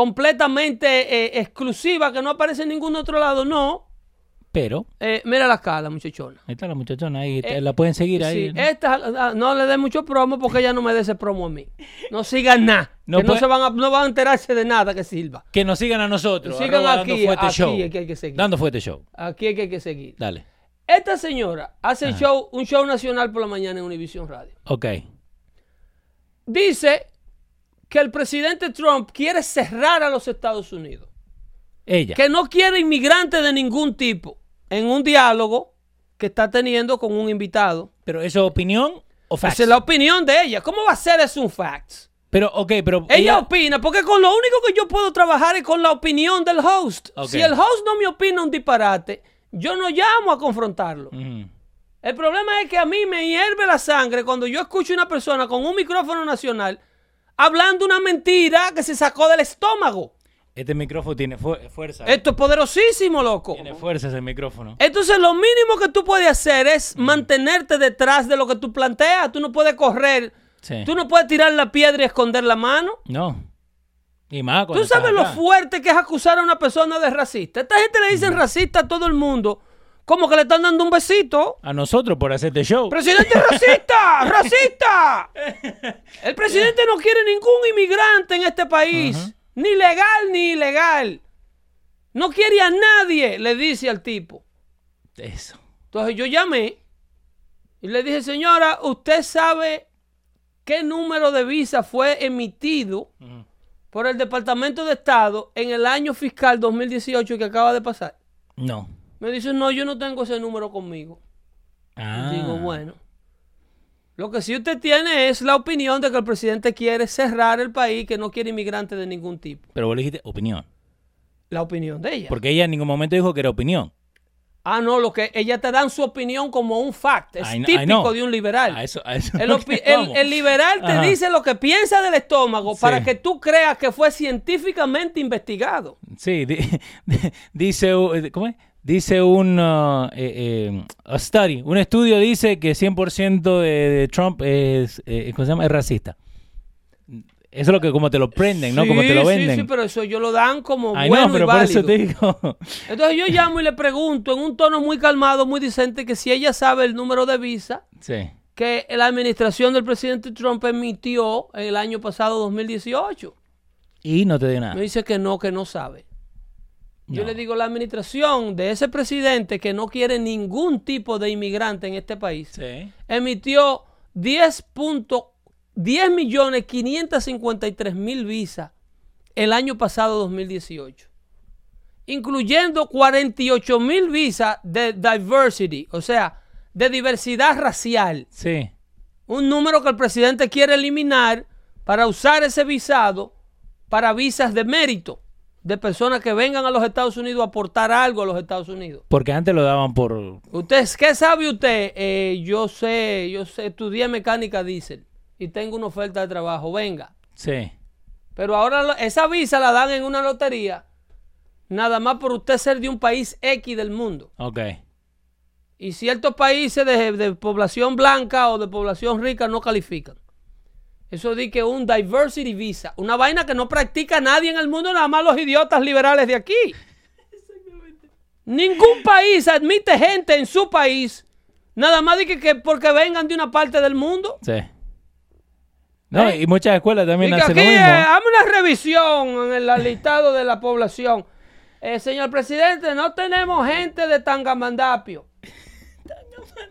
B: completamente eh, exclusiva que no aparece en ningún otro lado. No.
A: Pero,
B: Eh, mira la escala, muchachona.
A: ahí está la muchachona, ahí te-
B: Eh,
A: la pueden seguir ahí.
B: Sí,
A: ¿no?
B: esta, ah, no le dé mucho promo porque ella no me dé ese promo a mí. No sigan nada.
A: No
B: que
A: puede-
B: no se van a, no van a enterarse de nada que sirva.
A: Que nos sigan a nosotros.
B: Sigan
A: arroba dando
B: aquí,
A: fuerte
B: aquí
A: show.
B: es que hay que seguir.
A: Dando fuerte show.
B: Aquí es que hay que seguir.
A: Dale.
B: Esta señora hace
A: Ah.
B: show, un show nacional por la mañana en Univision Radio.
A: Ok.
B: Dice que el presidente Trump quiere cerrar a los Estados Unidos.
A: Ella.
B: Que no quiere inmigrantes de ningún tipo en un diálogo que está teniendo con un invitado.
A: Pero eso es opinión o facts?
B: Esa es la opinión de ella. ¿Cómo va a ser eso un fact?
A: Pero, ok, pero.
B: Ella, opina, porque con lo único que yo puedo trabajar es con la opinión del host.
A: Ok.
B: Si el host no me opina un disparate, yo no llamo a confrontarlo.
A: Mm.
B: El problema es que a mí me hierve la sangre cuando yo escucho una persona con un micrófono nacional hablando una mentira que se sacó del estómago.
A: Este micrófono tiene fu- fuerza.
B: Esto es poderosísimo, loco.
A: Tiene fuerza ese micrófono.
B: Entonces lo mínimo que tú puedes hacer es
A: Mm.
B: mantenerte detrás de lo que tú planteas. Tú no puedes correr.
A: Sí.
B: Tú no puedes tirar la piedra y esconder la mano.
A: No. Y más cuando
B: ¿Tú sabes
A: estás
B: lo
A: acá.
B: fuerte que es acusar a una persona de racista? Esta gente le dicen racista a todo el mundo. Como que le están dando un besito.
A: A nosotros por hacer este show.
B: ¡Presidente racista! ¡Racista! El presidente no quiere ningún inmigrante en este país. Ni legal ni ilegal. No quiere a nadie, le dice al tipo.
A: Eso.
B: Entonces yo llamé y le dije, señora, ¿usted sabe qué número de visa fue emitido por el Departamento de Estado en el año fiscal 2018 que acaba de pasar?
A: No.
B: Me dice, no, yo no tengo ese número conmigo.
A: Ah.
B: Digo, bueno. Lo que sí usted tiene es la opinión de que el presidente quiere cerrar el país, que no quiere inmigrantes de ningún tipo.
A: Pero vos le dijiste opinión.
B: La opinión de ella.
A: Porque ella en ningún momento dijo que era opinión.
B: Ah, no, lo que ella te dan su opinión como un fact. Es
A: I kn- I
B: típico
A: know. Ah,
B: de un liberal.
A: A eso, a eso
B: El,
A: es
B: opi-
A: que
B: el-
A: vamos.
B: el liberal te
A: Ajá.
B: dice lo que piensa del estómago
A: Sí.
B: para que tú creas que fue científicamente investigado.
A: Sí, di- dice, u- eh, ¿cómo es? Dice un uh, eh, eh, a study, un estudio dice que 100% de, de Trump es, eh, ¿cómo se llama? es racista. Eso es lo que como te lo prenden, ¿no? Como te lo
B: Sí,
A: venden.
B: Sí, sí, pero eso ellos lo dan como
A: Ay,
B: bueno
A: no, pero
B: y
A: por
B: válido.
A: eso te digo.
B: Entonces yo llamo y le pregunto en un tono muy calmado, muy decente, que si ella sabe el número de visa
A: Sí.
B: que la administración del presidente Trump emitió el año pasado, 2018.
A: Y no te dio
B: Me
A: nada.
B: dice que no, que no sabe. Yo
A: Ah. No.
B: le digo, la administración de ese presidente que no quiere ningún tipo de inmigrante en este país,
A: Sí.
B: emitió 10 punto- 10 millones 553 mil visas el año pasado 2018, incluyendo 48 mil visas de diversity, o sea, de diversidad racial
A: Sí.
B: un número que el presidente quiere eliminar para usar ese visado para visas de mérito de personas que vengan a los Estados Unidos a aportar algo a los Estados Unidos.
A: Porque antes lo daban por...
B: ¿Usted qué sabe usted? Eh, yo sé, yo sé, estudié mecánica diésel y tengo una oferta de trabajo, venga.
A: Sí.
B: Pero ahora lo- esa visa la dan en una lotería nada más por usted ser de un país X del mundo.
A: Ok.
B: Y ciertos países de, de población blanca o de población rica no califican. Eso di que un diversity visa, una vaina que no practica nadie en el mundo, nada más los idiotas liberales de aquí. Ningún país admite gente en su país, nada más di que, que porque vengan de una parte del mundo.
A: Sí. No,
B: Ey.
A: y muchas escuelas también
B: Dice,
A: hacen
B: aquí,
A: lo mismo.
B: eh, hazme una revisión en el listado de la población. Eh, señor presidente, no tenemos gente de Tangamandapio.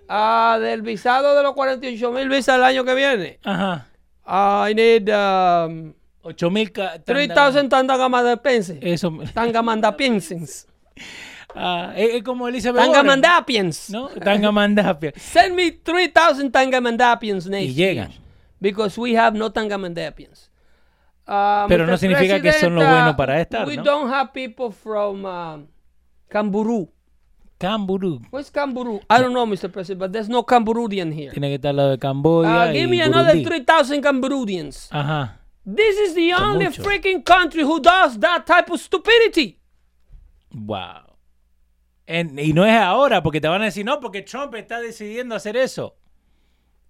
B: Ah, del visado de los 48 mil visas el año que viene.
A: Ajá.
B: Ah, I need um,
A: 8000
B: 3,000 Tangamandapenses.
A: Eso.
B: Tangamandapienses.
A: Ah, es, es como Elizabeth Warren,
B: Tangamandapiens.
A: ¿No? Tangamandapia.
B: Send me 3,000 Tangamandapiens next
A: Y llegan.
B: year, Because we have no Tangamandapiens. Ah,
A: Pero
B: Mr.
A: no significa que son lo
B: Presidenta,
A: bueno para estar,
B: uh, We
A: ¿no?
B: don't have people from um, Camburu.
A: Camburu.
B: Where's Camburu? I don't know, Mr. President, but there's no Camburudian here.
A: Tiene que estar al lado de Camboya.
B: Uh,
A: y
B: give me another
A: Burundi.
B: 3,000 Camburudians.
A: Ajá.
B: This is the only
A: mucho.
B: freaking country who does that type of stupidity.
A: Wow. En- y no es ahora, porque te van a decir, no, porque Trump está decidiendo hacer eso.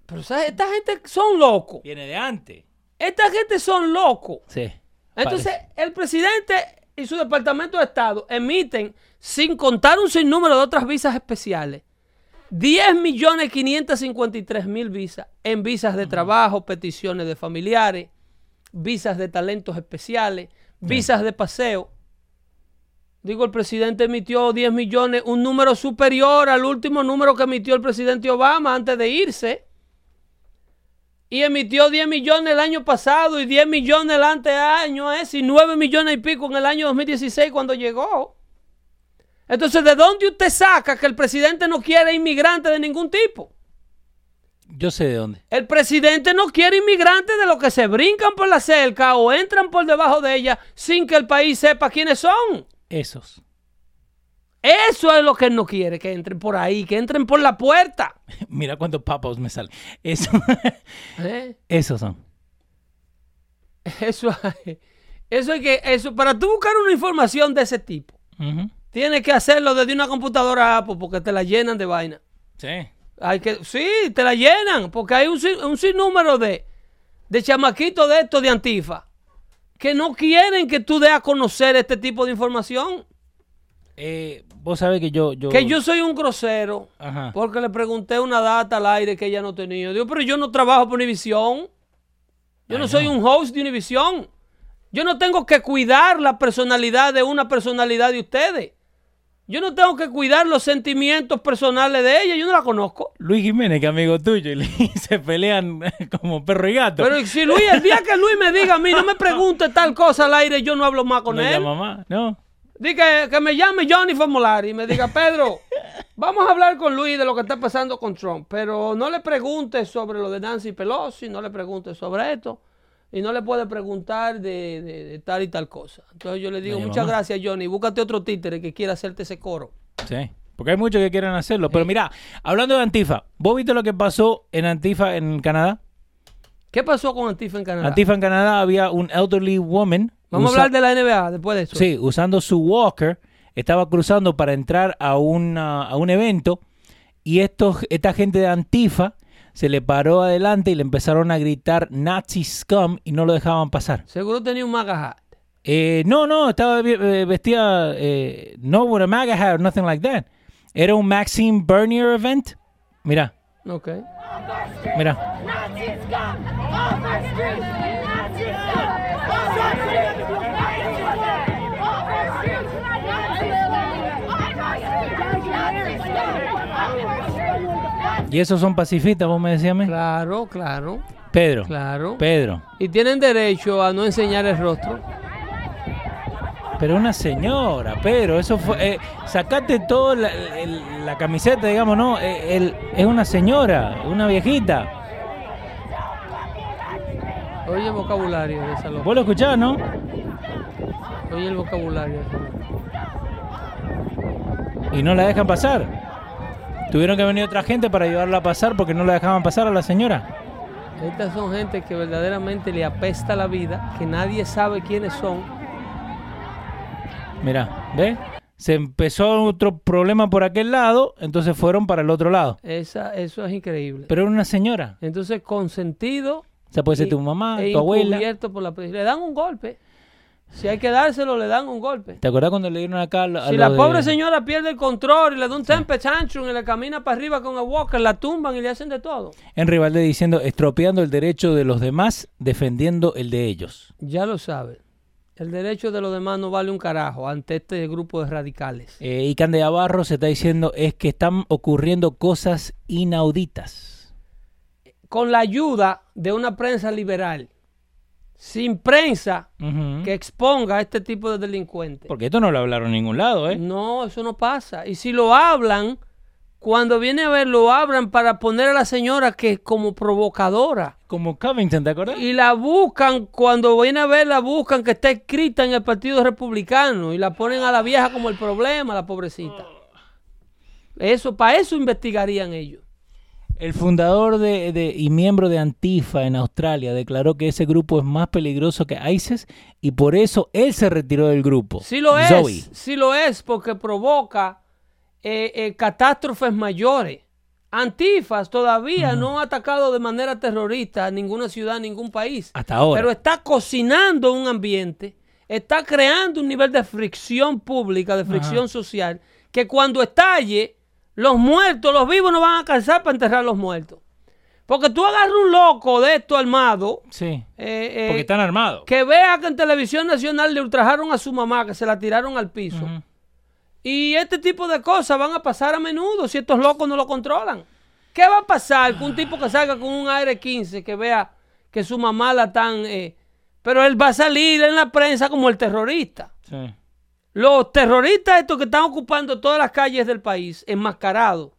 B: Pero, ¿sabes? Esta gente son locos.
A: Viene de antes.
B: Esta gente son locos.
A: Sí.
B: Entonces, el presidente y su departamento de Estado emiten, sin contar un sinnúmero de otras visas especiales, 10 millones 553 mil visas en visas de trabajo, peticiones de familiares, visas de talentos especiales, visas de paseo. Digo, el presidente emitió 10 millones, un número superior al último número que emitió el presidente Obama antes de irse. Y emitió 10 millones el año pasado y 10 millones el anteaño ese y 9 millones y pico en el año 2016 cuando llegó. Entonces, ¿de dónde usted saca que el presidente no quiere inmigrantes de ningún tipo?
A: Yo sé de dónde.
B: El presidente no quiere inmigrantes de los que se brincan por la cerca o entran por debajo de ella sin que el país sepa quiénes son.
A: Esos.
B: Eso es lo que él no quiere, que entren por ahí, que entren por la puerta.
A: Mira cuántos papos me salen. Eso-
B: ¿Eh?
A: Esos son.
B: Eso, eso es que, eso, para tú buscar una información de ese tipo,
A: Ujú.
B: Tienes que hacerlo desde una computadora Apple porque te la llenan de vaina.
A: Sí.
B: Hay que, sí, te la llenan porque hay un, sin- un sinnúmero de, de chamaquitos de estos de Antifa que no quieren que tú des a conocer este tipo de información.
A: Eh, vos sabés que yo, yo.
B: Que yo soy un grosero
A: Ajá.
B: porque le pregunté una data al aire que ella no tenía. Digo, pero yo no trabajo por Univision. Yo no soy un host de Univision. Yo no tengo que cuidar la personalidad de una personalidad de ustedes. Yo no tengo que cuidar los sentimientos personales de ella. Yo no la conozco.
A: Luis Jiménez, que amigo tuyo, y le- se pelean como perro y gato.
B: Pero si Luis, el día que Luis me diga a mí, no me pregunte tal cosa al aire, yo no hablo más con
A: No
B: él.
A: llama más, ¿no?
B: Di que, que me llame Johnny Formulari y me diga, Pedro, vamos a hablar con Luis de lo que está pasando con Trump, pero no le pregunte sobre lo de Nancy Pelosi, no le pregunte sobre esto, y no le puede preguntar de, de- de tal y tal cosa. Entonces yo le digo,
A: Oye,
B: muchas
A: mamá.
B: gracias Johnny, búscate otro títere que quiera hacerte ese coro.
A: Sí. Porque hay muchos que quieren hacerlo. Pero mira, hablando de Antifa, ¿vos viste lo que pasó en Antifa en Canadá?
B: ¿Qué pasó con Antifa en Canadá?
A: Antifa en Canadá había un elderly woman.
B: Vamos
A: usa-
B: a hablar de la NBA después de eso.
A: Sí, usando su walker, estaba cruzando para entrar a, una- a un evento y estos, esta gente de Antifa se le paró adelante y le empezaron a gritar Nazi scum y no lo dejaban pasar.
B: Seguro tenía un magaja.
A: Eh, no, no, estaba vi- eh, vestida, eh, no with a MAGA hat or nothing like that. Era un Maxime Bernier event. Mira,
B: Ok.
A: mira.
C: Nazis come! Off our streets! Nazis come! Off our streets! Nazis come! Off our streets! Nazis come! Off our streets! Nazis come! Off our streets! Nazis
A: Y esos son pacifistas, vos me decías a mí.
B: Claro, claro,
A: Pedro.
B: claro.
A: Pedro.
B: Y tienen derecho a no enseñar el rostro.
A: Pero una señora, Pedro, eso fue. eh, sacate toda la, el- la camiseta, digamos, ¿no? Eh, el- es una señora, una viejita.
B: Oye el vocabulario de esa loca.
A: Vos lo escuchás, ¿no?
B: Oye el vocabulario. de esa loca.
A: Y no la dejan pasar. Tuvieron que venir otra gente para ayudarla a pasar porque no la dejaban pasar a la señora.
B: Estas son gente que verdaderamente le apesta la vida, que nadie sabe quiénes son.
A: Mirá, ¿ves? Se empezó otro problema por aquel lado, entonces fueron para el otro lado.
B: Esa, eso es increíble.
A: Pero era una señora.
B: Entonces, consentido.
A: O sea, puede ser
B: y-
A: tu mamá,
B: e
A: tu abuela.
B: encubierto por la policía. Le dan un golpe. Si hay que dárselo, le dan un golpe.
A: ¿Te acordás cuando le dieron acá a lo- a
B: Si
A: lo
B: la
A: de-
B: pobre señora pierde el control y le da un temper tantrum y le camina para arriba con el walker, la tumban y le hacen de todo.
A: En Rivalde diciendo, estropeando el derecho de los demás, defendiendo el de ellos.
B: Ya lo sabe. El derecho de los demás no vale un carajo ante este grupo de radicales.
A: Eh, y Candela Barro se está diciendo, es que están ocurriendo cosas inauditas.
B: Con la ayuda de una prensa liberal. Sin prensa
A: Ujú.
B: que exponga a este tipo de delincuentes.
A: Porque esto no lo hablaron en ningún lado, ¿eh?
B: No, eso no pasa. Y si lo hablan, cuando viene a ver, lo hablan para poner a la señora que como provocadora.
A: Como Covington, ¿te acordás?
B: Y la buscan, cuando viene a ver, la buscan que está escrita en el Partido Republicano y la ponen a la vieja como el problema, la pobrecita. Eso, para eso investigarían ellos.
A: El fundador de, de- y miembro de Antifa en Australia declaró que ese grupo es más peligroso que ISIS y por eso él se retiró del grupo.
B: Sí lo es,
A: Zoe.
B: sí lo es, porque provoca eh, eh, catástrofes mayores. Antifas todavía no ha atacado de manera terrorista a ninguna ciudad, a ningún país.
A: Hasta ahora.
B: Pero está cocinando un ambiente, está creando un nivel de fricción pública, de fricción social, que cuando estalle, los muertos, los vivos no van a alcanzar para enterrar los muertos. Porque tú agarras un loco de esto armado.
A: Sí.
B: eh, eh,
A: Porque están armados.
B: que vea que en televisión nacional le ultrajaron a su mamá, que se la tiraron al piso.
A: Ujú.
B: Y este tipo de cosas van a pasar a menudo si estos locos no lo controlan. ¿Qué va a pasar con un tipo que salga con un AR-15 que vea que su mamá la tan... eh, pero él va a salir en la prensa como el terrorista.
A: Sí.
B: Los terroristas estos que están ocupando todas las calles del país, enmascarados,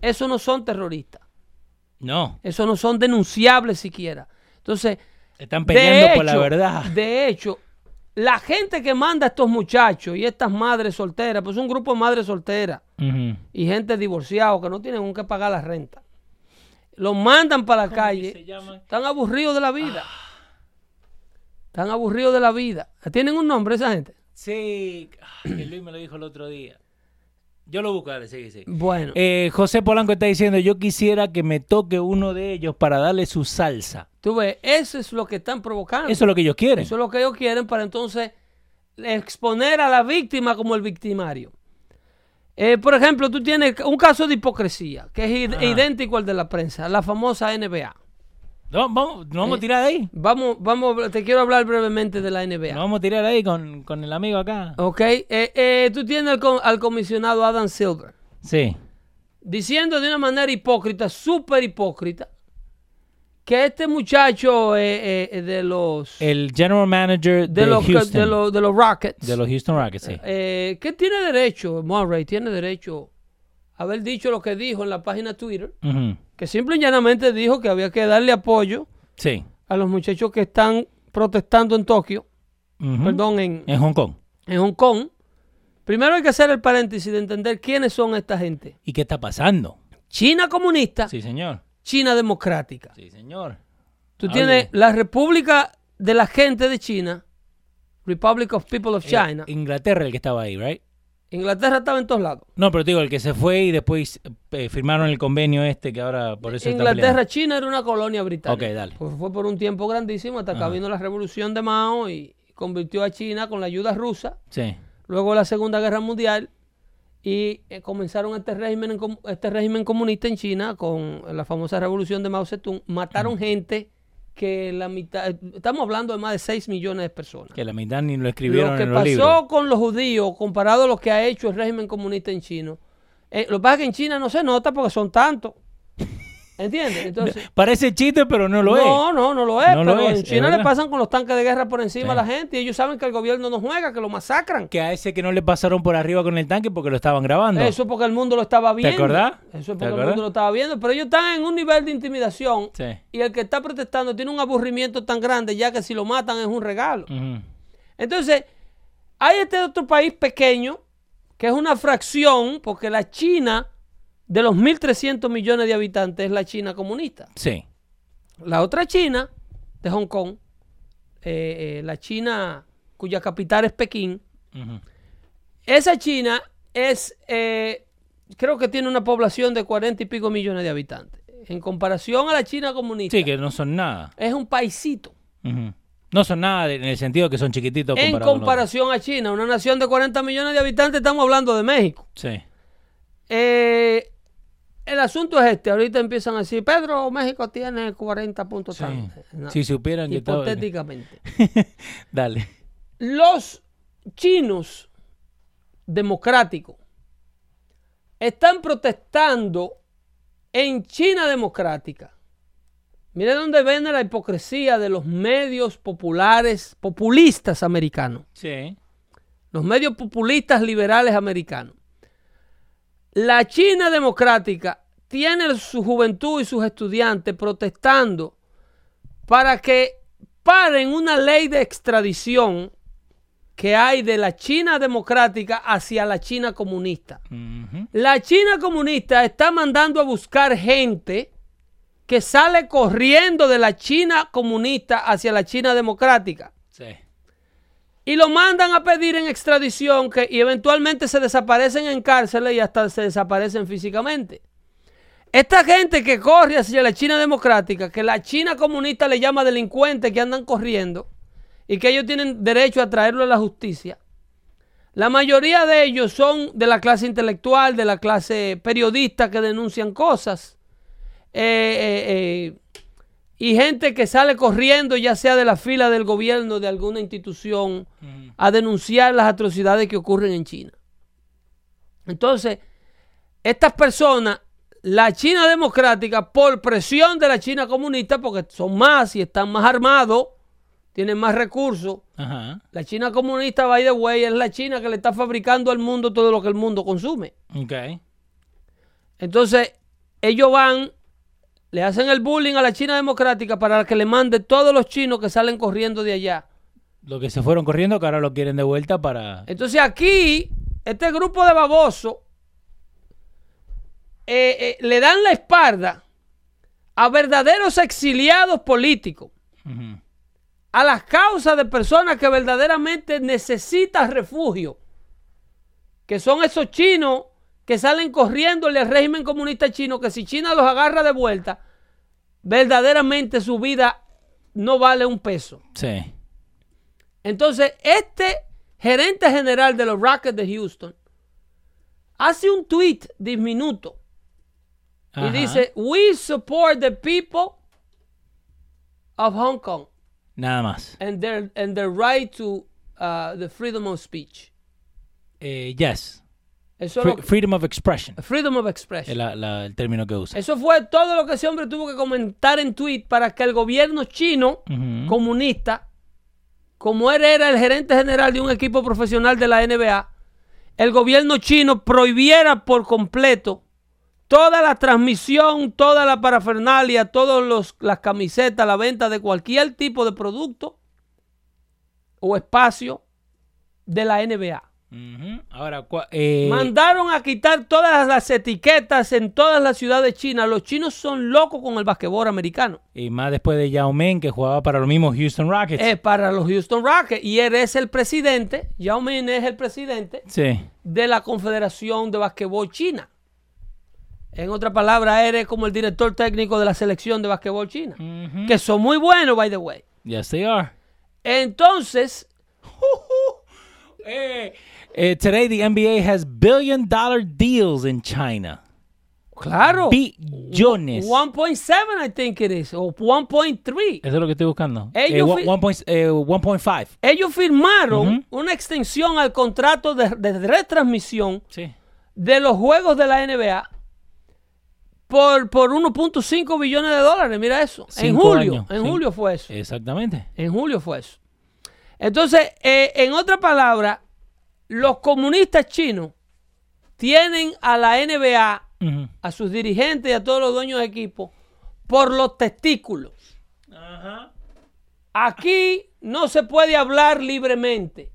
B: esos no son terroristas.
A: No,
B: Esos no son denunciables siquiera. Entonces,
A: están
B: de
A: peleando por la
B: hecho,
A: verdad.
B: De hecho, la gente que manda a estos muchachos y estas madres solteras, pues un grupo de madres solteras
A: Ujú.
B: y gente divorciada que no tienen con qué pagar la renta, los mandan para la calle. Están aburridos de la vida. Están aburridos de la vida. ¿Tienen un nombre esa gente?
A: Sí, ah, que Luis me lo dijo el otro día. Yo lo busco, dale, sí, sí.
B: Bueno,
A: Eh, José Polanco está diciendo, yo quisiera que me toque uno de ellos para darle su salsa.
B: tú ves, eso es lo que están provocando.
A: Ah. Eso es lo que ellos quieren.
B: Eso es lo que ellos quieren para entonces exponer a la víctima como el victimario. Eh, por ejemplo, tú tienes un caso de hipocresía, que es id-
A: Ajá.
B: idéntico al de la prensa, la famosa NBA.
A: No, vamos, no vamos a
B: Eh,
A: tirar de ahí.
B: Vamos, vamos, te quiero hablar brevemente de la
A: No
B: NBA.
A: vamos a tirar de ahí con, con el amigo acá.
B: Ok, eh, eh, tú tienes al, com- al comisionado Adam Silver
A: Sí.
B: diciendo de una manera hipócrita, súper hipócrita, que este muchacho eh, eh, eh, de los...
A: El general manager de,
B: de, los,
A: Houston.
B: de, los, de los Rockets.
A: de los Houston Rockets, sí.
B: Eh, ¿Qué tiene derecho, Murray? Tiene derecho a haber dicho lo que dijo en la página Twitter,
A: Ujú.
B: que simple y llanamente dijo que había que darle apoyo
A: Sí.
B: a los muchachos que están protestando en Tokio,
A: Ujú.
B: perdón, en,
A: En Hong Kong.
B: en Hong Kong. Primero hay que hacer el paréntesis de entender quiénes son esta gente.
A: ¿Y qué está pasando?
B: China comunista,
A: Sí, señor.
B: China democrática.
A: Sí, señor.
B: Tú
A: Hable.
B: tienes la República de la Gente de China, Republic of People of China.
A: Eh, Inglaterra el que estaba ahí, ¿right?
B: Inglaterra estaba en todos lados.
A: No, pero te digo, el que se fue y después eh, firmaron el convenio este que ahora por eso están
B: Inglaterra, China era una colonia británica.
A: Ok, dale.
B: Pues fue por un tiempo grandísimo hasta que vino la revolución de Mao y convirtió a China con la ayuda rusa.
A: peleando. Sí.
B: Luego la Segunda Guerra Mundial y eh, comenzaron este régimen, en com- este régimen comunista en China con la famosa revolución de Mao Zedong. Mataron gente que la mitad, eh, estamos hablando de más de 6 millones de personas.
A: Que la mitad ni lo escribieron
B: Lo que
A: en los
B: pasó
A: libros.
B: con los judíos comparado a eh, lo que ha hecho el régimen comunista en China, lo que pasa es que en China no se nota porque son tantos. ¿Entiendes? Entonces,
A: Parece chiste, pero no lo es.
B: no, no, no lo es.
A: No lo
B: pero
A: es,
B: en
A: es
B: China le
A: verdad.
B: pasan con los tanques de guerra por encima a la gente y ellos saben que el gobierno no juega, que lo masacran.
A: Que a ese que no le pasaron por arriba con el tanque porque lo estaban grabando.
B: Eso es porque el mundo lo estaba viendo.
A: acordás?
B: Eso es
A: ¿Te
B: porque el
A: acordás?
B: mundo lo estaba viendo. Pero ellos están en un nivel de intimidación
A: Sí.
B: y el que está protestando tiene un aburrimiento tan grande ya que si lo matan es un regalo.
A: Ujú.
B: Entonces, hay este otro país pequeño que es una fracción porque la China de los 1.300 millones de habitantes es la China comunista.
A: Sí.
B: La otra China de Hong Kong, eh, eh, la China cuya capital es Pekín,
A: Ujú.
B: esa China es, eh, creo que tiene una población de 40 y pico millones de habitantes. En comparación a la China comunista,
A: Sí, que no son nada.
B: es un paisito.
A: Ujú. No son nada de- en el sentido que son chiquititos.
B: En
A: comparado con los-
B: comparación a China, una nación de 40 millones de habitantes, estamos hablando de México.
A: Sí.
B: Eh, el asunto es este. Ahorita empiezan a decir, Pedro, México tiene 40 puntos
A: Sí.
B: tantos". No.
A: Si supieran que estaba-
B: Hipotéticamente.
A: Dale.
B: Los chinos democráticos están protestando en China democrática. Mire dónde viene la hipocresía de los medios populares, populistas americanos
A: Sí.
B: los medios populistas liberales americanos. La China democrática tiene su juventud y sus estudiantes protestando para que paren una ley de extradición que hay de la China democrática hacia la China comunista.
A: Ujú.
B: La China comunista está mandando a buscar gente que sale corriendo de la China comunista hacia la China democrática
A: Sí.
B: y lo mandan a pedir en extradición que, y eventualmente se desaparecen en cárceles y hasta se desaparecen físicamente. Esta gente que corre hacia la China democrática, que la China comunista le llama delincuentes que andan corriendo y que ellos tienen derecho a traerlo a la justicia, la mayoría de ellos son de la clase intelectual, de la clase periodista que denuncian cosas. Eh, eh, eh, y gente que sale corriendo, ya sea de la fila del gobierno, de alguna institución, a denunciar las atrocidades que ocurren en China. Entonces, estas personas, la China democrática, por presión de la China comunista, porque son más y están más armados, tienen más recursos,
A: Ajá.
B: la China comunista, by the way, es la China que le está fabricando al mundo todo lo que el mundo consume.
A: Ok.
B: Entonces, ellos van, le hacen el bullying a la China democrática para que le mande todos los chinos que salen corriendo de allá.
A: Lo que se fueron corriendo, que ahora lo quieren de vuelta para.
B: Entonces aquí, este grupo de babosos eh, eh, le dan la espalda a verdaderos exiliados políticos,
A: Ujú.
B: a las causas de personas que verdaderamente necesitan refugio, que son esos chinos que salen corriéndole al régimen comunista chino, que si China los agarra de vuelta, verdaderamente su vida no vale un peso.
A: Sí.
B: Entonces, este gerente general de los Rockets de Houston hace un tweet diminuto
A: Ajá.
B: y dice, "We support the people of Hong Kong
A: Nada más.
B: and their and their right to uh, the freedom of speech."
A: Eh, yes.
B: Eso es
A: Fre-
B: lo que-
A: freedom of expression.
B: freedom of
A: Es
B: expression.
A: la- la- el término que usa.
B: Eso fue todo lo que ese hombre tuvo que comentar en tweet para que el gobierno chino
A: Ujú.
B: comunista, como él era el gerente general de un equipo profesional de la NBA, el gobierno chino prohibiera por completo toda la transmisión, toda la parafernalia, todas las camisetas, la venta de cualquier tipo de producto o espacio de la NBA.
A: Ujú. Ahora, cua- eh,
B: Mandaron a quitar todas las etiquetas en todas las ciudades chinas. Los chinos son locos con el basquetbol americano.
A: y más después de Yao Ming, que jugaba para los mismos Houston Rockets.
B: es para los Houston Rockets y él es el presidente, Yao Ming es el presidente
A: sí.
B: de la Confederación de Basquetbol China. En otra palabra, él es como el director técnico de la selección de basquetbol china,
A: Ujú.
B: que son muy buenos, by the way.
A: Yes, they are.
B: Entonces,
A: Eh, eh, today, the NBA has billion dollar deals in China.
B: claro,
A: Billones.
B: 1.7 I think it is, o
A: Eso
B: 1.3.
A: es lo que estoy buscando.
B: Ellos
A: Eh, one-
B: fi-
A: one point- eh, 1.5.
B: Ellos firmaron
A: Ujú.
B: una extensión al contrato de- de retransmisión
A: Sí.
B: de los juegos de la NBA por, por 1.5 billones de dólares. Mira eso. en
A: Cinco
B: julio.
A: años,
B: En
A: sí. Eh.
B: julio fue eso.
A: Exactamente.
B: En julio fue eso. Entonces, eh, en otra palabra, los comunistas chinos tienen a la NBA,
A: Ujú.
B: a sus dirigentes y a todos los dueños de equipo por los testículos. Aquí no se puede hablar libremente.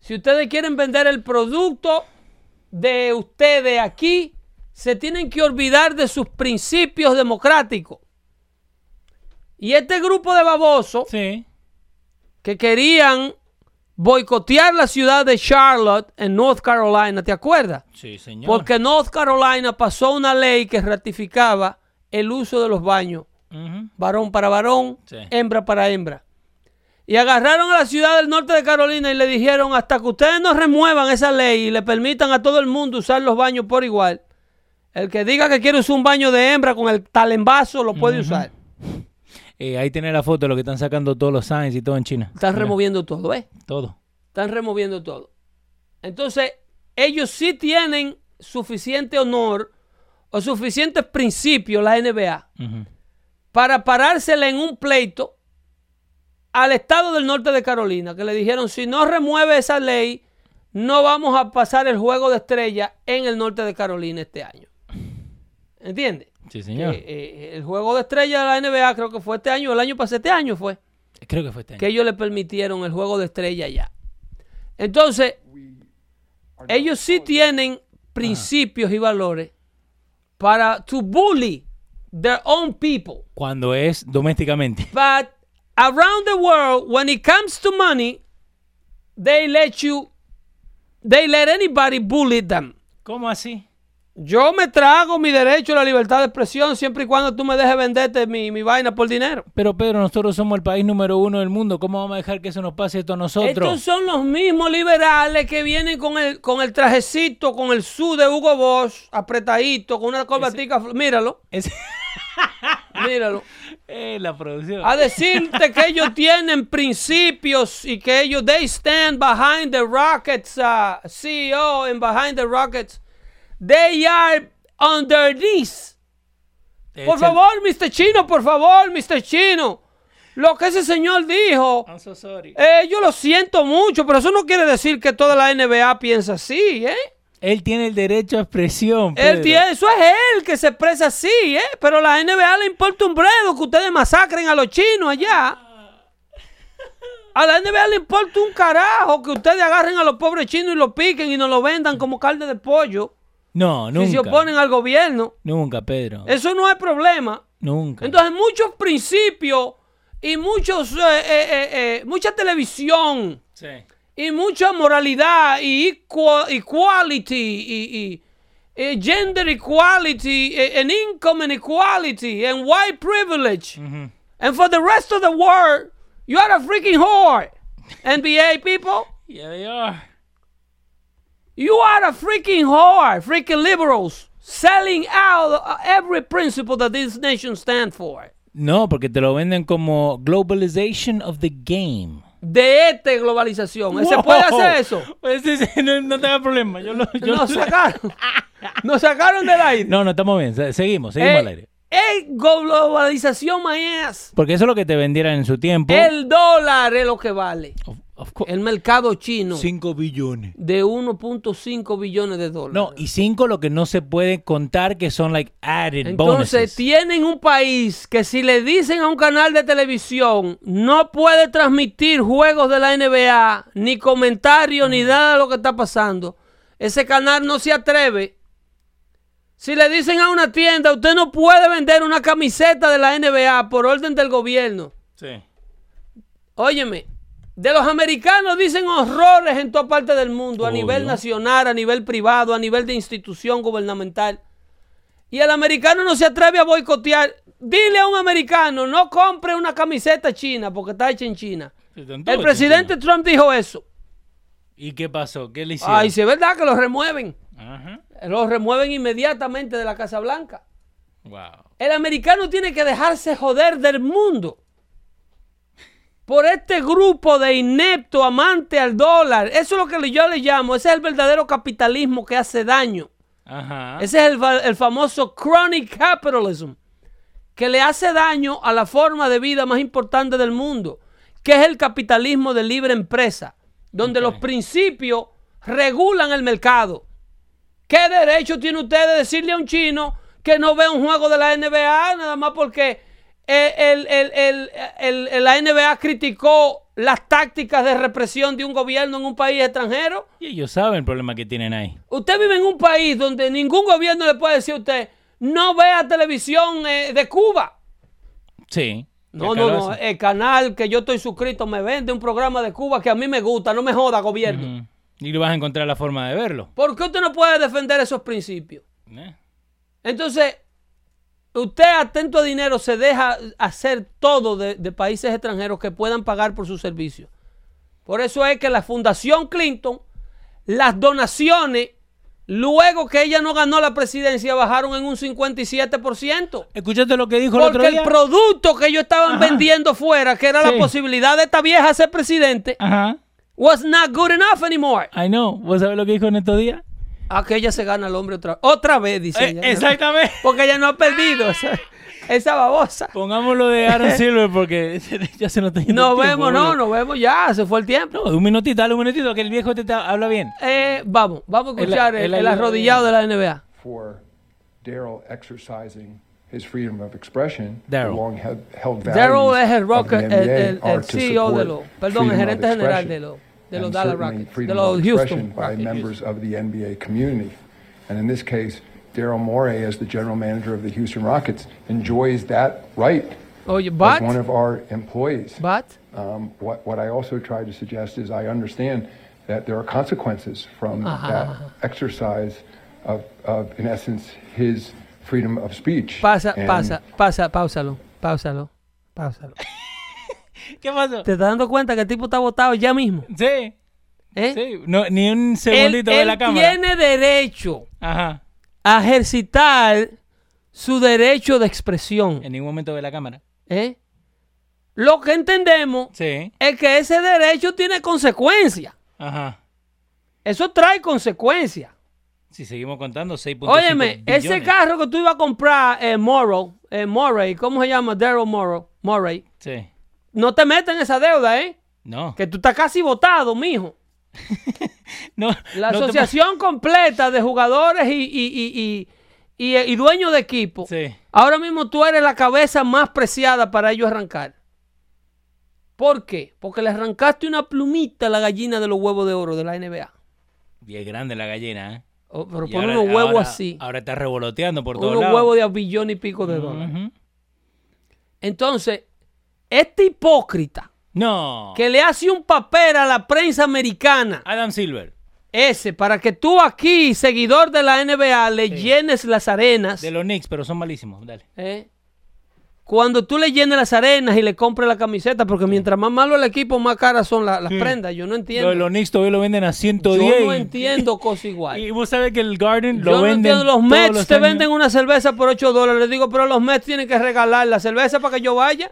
B: Si ustedes quieren vender el producto de ustedes aquí, se tienen que olvidar de sus principios democráticos. Y este grupo de babosos
A: Sí.
B: que querían boicotear la ciudad de Charlotte en North Carolina, ¿te acuerdas?
A: Sí, señor.
B: Porque North Carolina pasó una ley que ratificaba el uso de los baños,
A: Ujú.
B: varón para varón,
A: Sí.
B: hembra para hembra. Y agarraron a la ciudad del norte de Carolina y le dijeron, hasta que ustedes no remuevan esa ley y le permitan a todo el mundo usar los baños por igual, el que diga que quiere usar un baño de hembra con el talembazo lo puede usar.
A: Eh, ahí tiene la foto de lo que están sacando todos los signs y todo en China.
B: Están
A: Mira,
B: removiendo todo, ¿eh?
A: Todo.
B: Están removiendo todo. Entonces, ellos sí tienen suficiente honor o suficientes principios, la NBA,
A: Ujú.
B: para parársela en un pleito al estado del norte de Carolina, que le dijeron, si no remueve esa ley, no vamos a pasar el juego de estrella en el norte de Carolina este año. ¿Entiendes? Eh,
A: Sí, señor.
B: el juego de estrella de la NBA creo que fue este año, el año pasado, este año fue
A: Creo que fue este año.
B: que ellos le permitieron el juego de estrella ya. Entonces, ellos sí tienen principios y valores para to bully their own people.
A: Cuando es domésticamente.
B: But around the world, when it comes to money, they let you, they let anybody bully them.
A: ¿Cómo así?
B: Yo me trago mi derecho a la libertad de expresión siempre y cuando tú me dejes venderte mi, mi vaina por dinero.
A: Pero Pedro, nosotros somos el país número uno del mundo. ¿Cómo vamos a dejar que eso nos pase esto a nosotros?
B: Estos son los mismos liberales que vienen con el, con el trajecito, con el su de Hugo Boss, apretadito, con una corbatica. fl- Míralo,
A: Es...
B: míralo.
A: Eh, la producción.
B: A decirte que ellos tienen principios y que ellos, they stand behind the Rockets, uh, CEO and behind the Rockets. They are on their knees. Por
A: Echa-
B: favor, Mr. Chino, por favor, Mr. Chino. Lo que ese señor dijo.
A: I'm so sorry.
B: Eh, yo lo siento mucho, pero eso no quiere decir que toda la NBA piensa así, ¿eh?
A: Él tiene el derecho a expresión.
B: Él
A: Pedro.
B: tiene- eso es él que se expresa así, ¿eh? Pero a la NBA le importa un bredo que ustedes masacren a los chinos allá. A la NBA le importa un carajo que ustedes agarren a los pobres chinos y los piquen y nos lo vendan como carne de pollo.
A: No, nunca.
B: Si se oponen al gobierno.
A: Nunca, Pedro.
B: Eso no es problema.
A: Nunca.
B: Entonces muchos principios y muchos, eh, eh, eh, eh, mucha televisión
A: Sí.
B: y mucha moralidad y equal- equality y, y- y gender equality eh, and income inequality and white privilege.
A: Ujú.
B: And for the rest of the world, you are a freaking whore. NBA people,
A: Yeah, they are.
B: ah. you are a freaking whore, freaking liberals, selling out uh, every principle that this nation stands for.
A: No, porque te lo venden como globalization of the game.
B: De esta globalización. ¿Se puede hacer eso?
A: Pues sí, sí, no, no te hagas problema. Yo lo- yo lo-
B: Nos sacaron. Nos sacaron del aire.
A: No, no, estamos bien. Se- Seguimos, seguimos
B: Eh,
A: al aire.
B: eh, globalización más.
A: Porque eso es lo que te vendieran en su tiempo.
B: El dólar es lo que vale.
A: Of- of course.
B: El mercado chino
A: 5 billones.
B: de 1.5 billones de dólares.
A: No, y 5 lo que no se puede contar que son like added
B: Entonces
A: bonuses.
B: tienen un país que si le dicen a un canal de televisión no puede transmitir juegos de la NBA, ni comentarios,
A: Mm.
B: ni nada de lo que está pasando, ese canal no se atreve. Si le dicen a una tienda, usted no puede vender una camiseta de la NBA por orden del gobierno.
A: Sí.
B: Óyeme, de los americanos dicen horrores en toda parte del mundo, a
A: Obvio.
B: nivel nacional, a nivel privado, a nivel de institución gubernamental. Y el americano no se atreve a boicotear. Dile a un americano, no compre una camiseta china porque está hecha en China. El presidente Trump dijo eso.
A: ¿Y qué pasó? ¿Qué le hicieron?
B: Ay, si es verdad que lo remueven.
A: Ajá.
B: Lo remueven inmediatamente de la Casa Blanca.
A: Wow.
B: El americano tiene que dejarse joder del mundo. Por este grupo de inepto amante al dólar. Eso es lo que yo le llamo. Ese es el verdadero capitalismo que hace daño.
A: Ajá.
B: Ese es el, va- el famoso chronic capitalism, que le hace daño a la forma de vida más importante del mundo, que es el capitalismo de libre empresa, donde los principios regulan el mercado. ¿Qué derecho tiene usted de decirle a un chino que no ve un juego de la NBA nada más porque el- el- el- el- el- el- la NBA criticó las tácticas de represión de un gobierno en un país extranjero?
A: Y ellos saben el problema que tienen ahí.
B: Usted vive en un país donde ningún gobierno le puede decir a usted, no vea televisión eh, de Cuba.
A: Sí.
B: No,
A: Acá
B: no,
A: lo
B: no.
A: hacen.
B: El canal que yo estoy suscrito me vende un programa de Cuba que a mí me gusta. No me joda, gobierno.
A: Mm. Y vas a encontrar la forma de verlo.
B: ¿Por qué usted no puede defender esos principios?
A: ¿eh?
B: Entonces, usted atento a dinero se deja hacer todo de, de países extranjeros que puedan pagar por sus servicios. Por eso es que la Fundación Clinton, las donaciones, luego que ella no ganó la presidencia, bajaron en un 57%.
A: ¿Escuchaste lo que dijo el
B: Porque
A: otro
B: el
A: día?
B: producto que ellos estaban vendiendo fuera, que era
A: Sí.
B: la posibilidad de esta vieja ser presidente,
A: Ajá.
B: was not good enough anymore.
A: I know. ¿Vos sabés lo que dijo en estos días?
B: Aquella se gana al hombre otra, otra vez, dice.
A: Eh,
B: ella.
A: exactamente.
B: Porque ella no ha perdido esa, esa babosa.
A: Pongámoslo de Aaron Silver porque ya se nos está yendo
B: Nos
A: el tiempo,
B: vemos, no,
A: boludo.
B: nos vemos ya, se fue el tiempo.
A: No, un minutito, dale un minutito que el viejo te ta- habla bien.
B: Eh, vamos, vamos a
A: El-
B: escuchar el,
A: el-
B: el arrodillado de la NBA.
D: for Daryl exercising his freedom of expression.
A: Daryl.
D: The long held, held values
B: Daryl es el
D: of
B: rocker, el,
D: the NBA
B: el- el
D: are to
B: CEO de
D: support
B: los, perdón, el
D: freedom of
B: gerente general
D: expression
B: de los, de
D: and
B: los Dallas
D: certainly
B: Rockets, de
D: freedom
B: los
D: of
B: Houston
D: expression by
B: Rockets.
D: members of the NBA community. And in this case, Daryl Morey, as the general manager of the Houston Rockets, enjoys that right
B: Oye,
D: as one
B: but,
D: of our employees.
B: but,
D: Um, what, what I also tried to suggest is I understand that there are consequences from
A: Ah,
D: that exercise of, of, in essence, his freedom of speech.
B: pasa,
D: And
B: pasa, pasa, pausalo, pausalo, pausalo.
A: ¿Qué pasó?
B: ¿Te estás dando cuenta que el tipo está votado ya mismo?
A: Sí,
B: ¿Eh?
A: sí. No, ni un
B: Él,
A: segundito de
B: él
A: la cámara.
B: tiene derecho
A: Ajá.
B: a ejercitar su derecho de expresión.
A: En ningún momento de la cámara.
B: ¿eh? Lo que entendemos
A: Sí.
B: es que ese derecho tiene consecuencias.
A: Ajá.
B: Eso trae consecuencias.
A: Si seguimos contando, 6.5
B: Óyeme,
A: billones.
B: ese carro que tú ibas a comprar, eh, Morrow, eh, Murray, ¿cómo se llama? Daryl Morrow, Murray.
A: Sí.
B: No te metas en esa deuda, ¿eh?
A: No.
B: Que tú estás casi votado, mijo.
A: no
B: La
A: no te-
B: asociación completa de jugadores y, y- y- eh, y- y- y dueños de equipo.
A: Sí.
B: Ahora mismo tú eres la cabeza más preciada para ellos arrancar. ¿Por qué? Porque le arrancaste una plumita a la gallina de los huevos de oro de la NBA.
A: Y es grande la gallina, ¿eh?
B: Oh, pero
A: Y
B: pon
A: ahora-
B: unos huevos
A: ahora-
B: así.
A: Ahora está revoloteando por todos
B: unos
A: lados.
B: huevos de a billón y pico de dólares.
A: Ujú.
B: Entonces, este hipócrita
A: No.
B: que le hace un papel a la prensa americana,
A: Adam Silver.
B: ese, para que tú aquí, seguidor de la NBA, le llenes las arenas.
A: De los Knicks, pero son malísimos. Dale.
B: ¿eh? Cuando tú le llenes las arenas y le compres la camiseta, porque mientras más malo el equipo, más caras son la- las prendas. Yo no
A: Lo
B: entiendo.
A: de los Knicks todavía lo venden a 110.
B: Yo no
A: y-
B: entiendo cosa igual.
A: Y vos sabés que el Garden lo
B: Yo no
A: venden.
B: entiendo, los
A: todos
B: Mets
A: los
B: te
A: años.
B: venden una cerveza por 8 dólares. Digo, pero los Mets tienen que regalar la cerveza para que yo vaya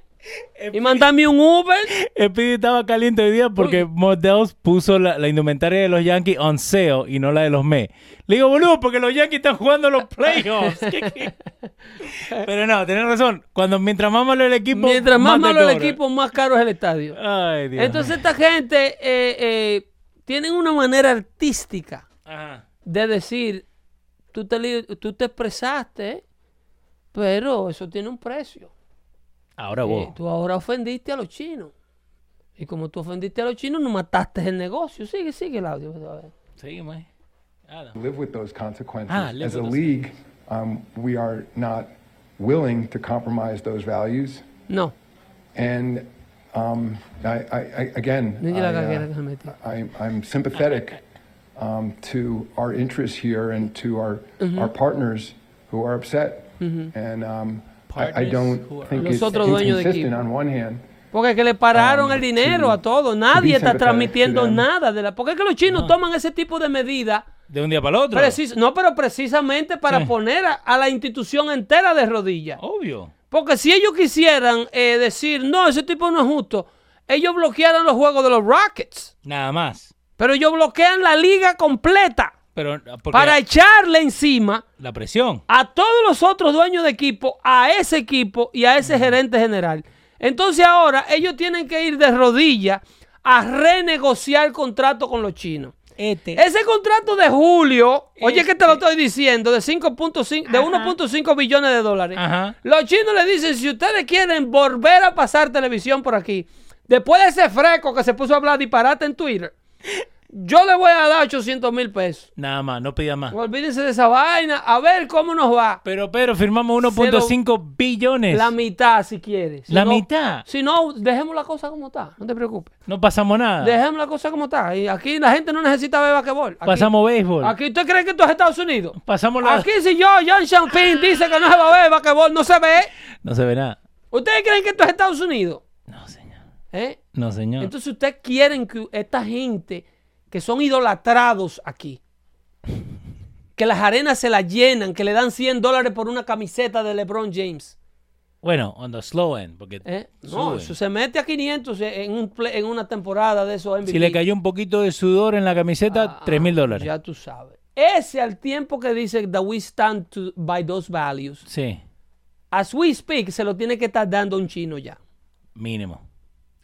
A: Eh,
B: y mandarme un Uber.
A: Speedy estaba caliente hoy día porque Models puso la, la indumentaria de los Yankees on sale y no la de los Mets. Le digo, boludo, porque los Yankees están jugando los playoffs. ¿Qué- qué? Pero no, tenés razón. Cuando mientras más malo el equipo.
B: Mientras más
A: te
B: malo el
A: cobran.
B: equipo, más caro es el estadio.
A: Ay, Dios.
B: Entonces esta gente eh, eh, tienen una manera artística
A: Ajá.
B: de decir, tú te, li- tú te expresaste, pero eso tiene un precio.
A: Ahora
B: Eh,
A: vos.
B: tú ahora ofendiste a los chinos. Y como tú ofendiste a los chinos, no mataste el negocio. Sigue, sigue el audio. a ver.
A: Seguimos. eh. Adam.
D: Live with those consequences.
A: Ah, live
D: As a
A: with those
D: league, um, we are not willing to compromise those values.
B: No,
D: And um, I, I, I, again, I,
B: mira la caguera que se
D: uh,
B: metió.
D: I, I'm sympathetic um, to our interests here and to our,
B: Mm-hmm.
D: our partners who are upset. And um, I, I
A: Partners
D: don't
A: who are
D: think it's
B: Nosotros dueños de
D: inconsistent
B: equipo.
D: on one hand.
B: Porque es que le pararon el dinero
D: to-
B: a todo.
D: to
B: Nadie
D: be
B: está
D: sympathetic to
B: transmitiendo
D: them.
B: nada de la... Porque es que los chinos toman ese tipo de medidas
A: De un día para el otro.
B: Precis- no, pero precisamente para
A: Sí.
B: poner a, a la institución entera de rodillas.
A: Obvio.
B: Porque si ellos quisieran eh, decir, no, ese tipo no es justo, ellos bloquearon los juegos de los Rockets.
A: Nada más.
B: Pero ellos bloquean la liga completa.
A: Pero ah, porque
B: para echarle encima
A: la presión.
B: a todos los otros dueños de equipo, a ese equipo y a ese gerente general. Entonces ahora ellos tienen que ir de rodillas a renegociar el contrato con los chinos.
A: Este.
B: Ese contrato de julio, oye que te lo estoy diciendo, de 5.5 de 1.5 billones de dólares.
A: Ajá.
B: Los chinos le dicen, si ustedes quieren volver a pasar televisión por aquí, después de ese fresco que se puso a hablar disparate en Twitter, yo le voy a dar 800 mil pesos.
A: Nada más, no pida más.
B: Olvídense de esa vaina, a ver cómo nos va.
A: Pero, pero, firmamos 1.5 billones.
B: La mitad, si quieres.
A: La mitad.
B: Si no, dejemos la cosa como está, no te preocupes.
A: No pasamos nada.
B: Dejemos la cosa como está. Y aquí la gente no necesita ver basquetbol. Aquí-
A: Pasamos béisbol.
B: Aquí, ¿usted cree que esto es Estados Unidos?
A: Pasamos la-
B: Aquí si yo, John Champagne, dice que no se va a ver basquetbol, no se ve.
A: No se ve nada.
B: ¿Ustedes creen que esto es Estados Unidos?
A: No, señor.
B: ¿Eh?
A: No, señor.
B: Entonces ustedes quieren que esta gente que son idolatrados aquí, que las arenas se las llenan, que le dan 100 dólares por una camiseta de LeBron James.
A: Bueno, on the slow end. Porque
B: ¿eh? No,
A: sube.
B: eso se mete a 500 en, un play- en una temporada de esos MVP.
A: Si le cayó un poquito de sudor en la camiseta,
B: Ah,
A: 3 mil dólares.
B: Ya tú sabes. Ese al tiempo que dice that we stand to- by those values.
A: Sí,
B: As we speak, se lo tiene que estar dando a un chino ya.
A: mínimo.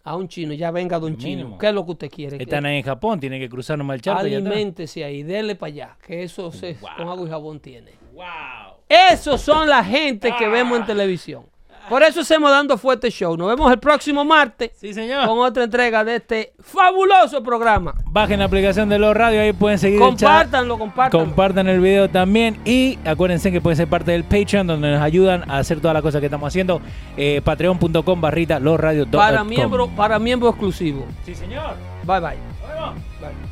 B: A un chino, ya venga don chino.
A: Mínimo.
B: ¿Qué es lo que usted quiere?
A: Están ahí en Japón, tienen que cruzar nomás el charco. y ya está.
B: Aliméntese ahí, dele para allá, que eso se, con agua y jabón tiene.
A: Wow. Ah.
B: Esos son la gente que vemos en televisión. Por eso hacemos dando fuerte show. Nos vemos el próximo martes
A: Sí, señor.
B: con otra entrega de este fabuloso programa.
A: Bajen la aplicación de los radios, ahí pueden seguir el chat.
B: Compártanlo, compártanlo.
A: Compartan el video también y acuérdense que pueden ser parte del Patreon donde nos ayudan a hacer todas las cosas que estamos haciendo. Eh, Patreon.com barrita losradio.com
B: para miembro, para miembro exclusivo.
A: Sí, señor.
B: Bye bye. bye.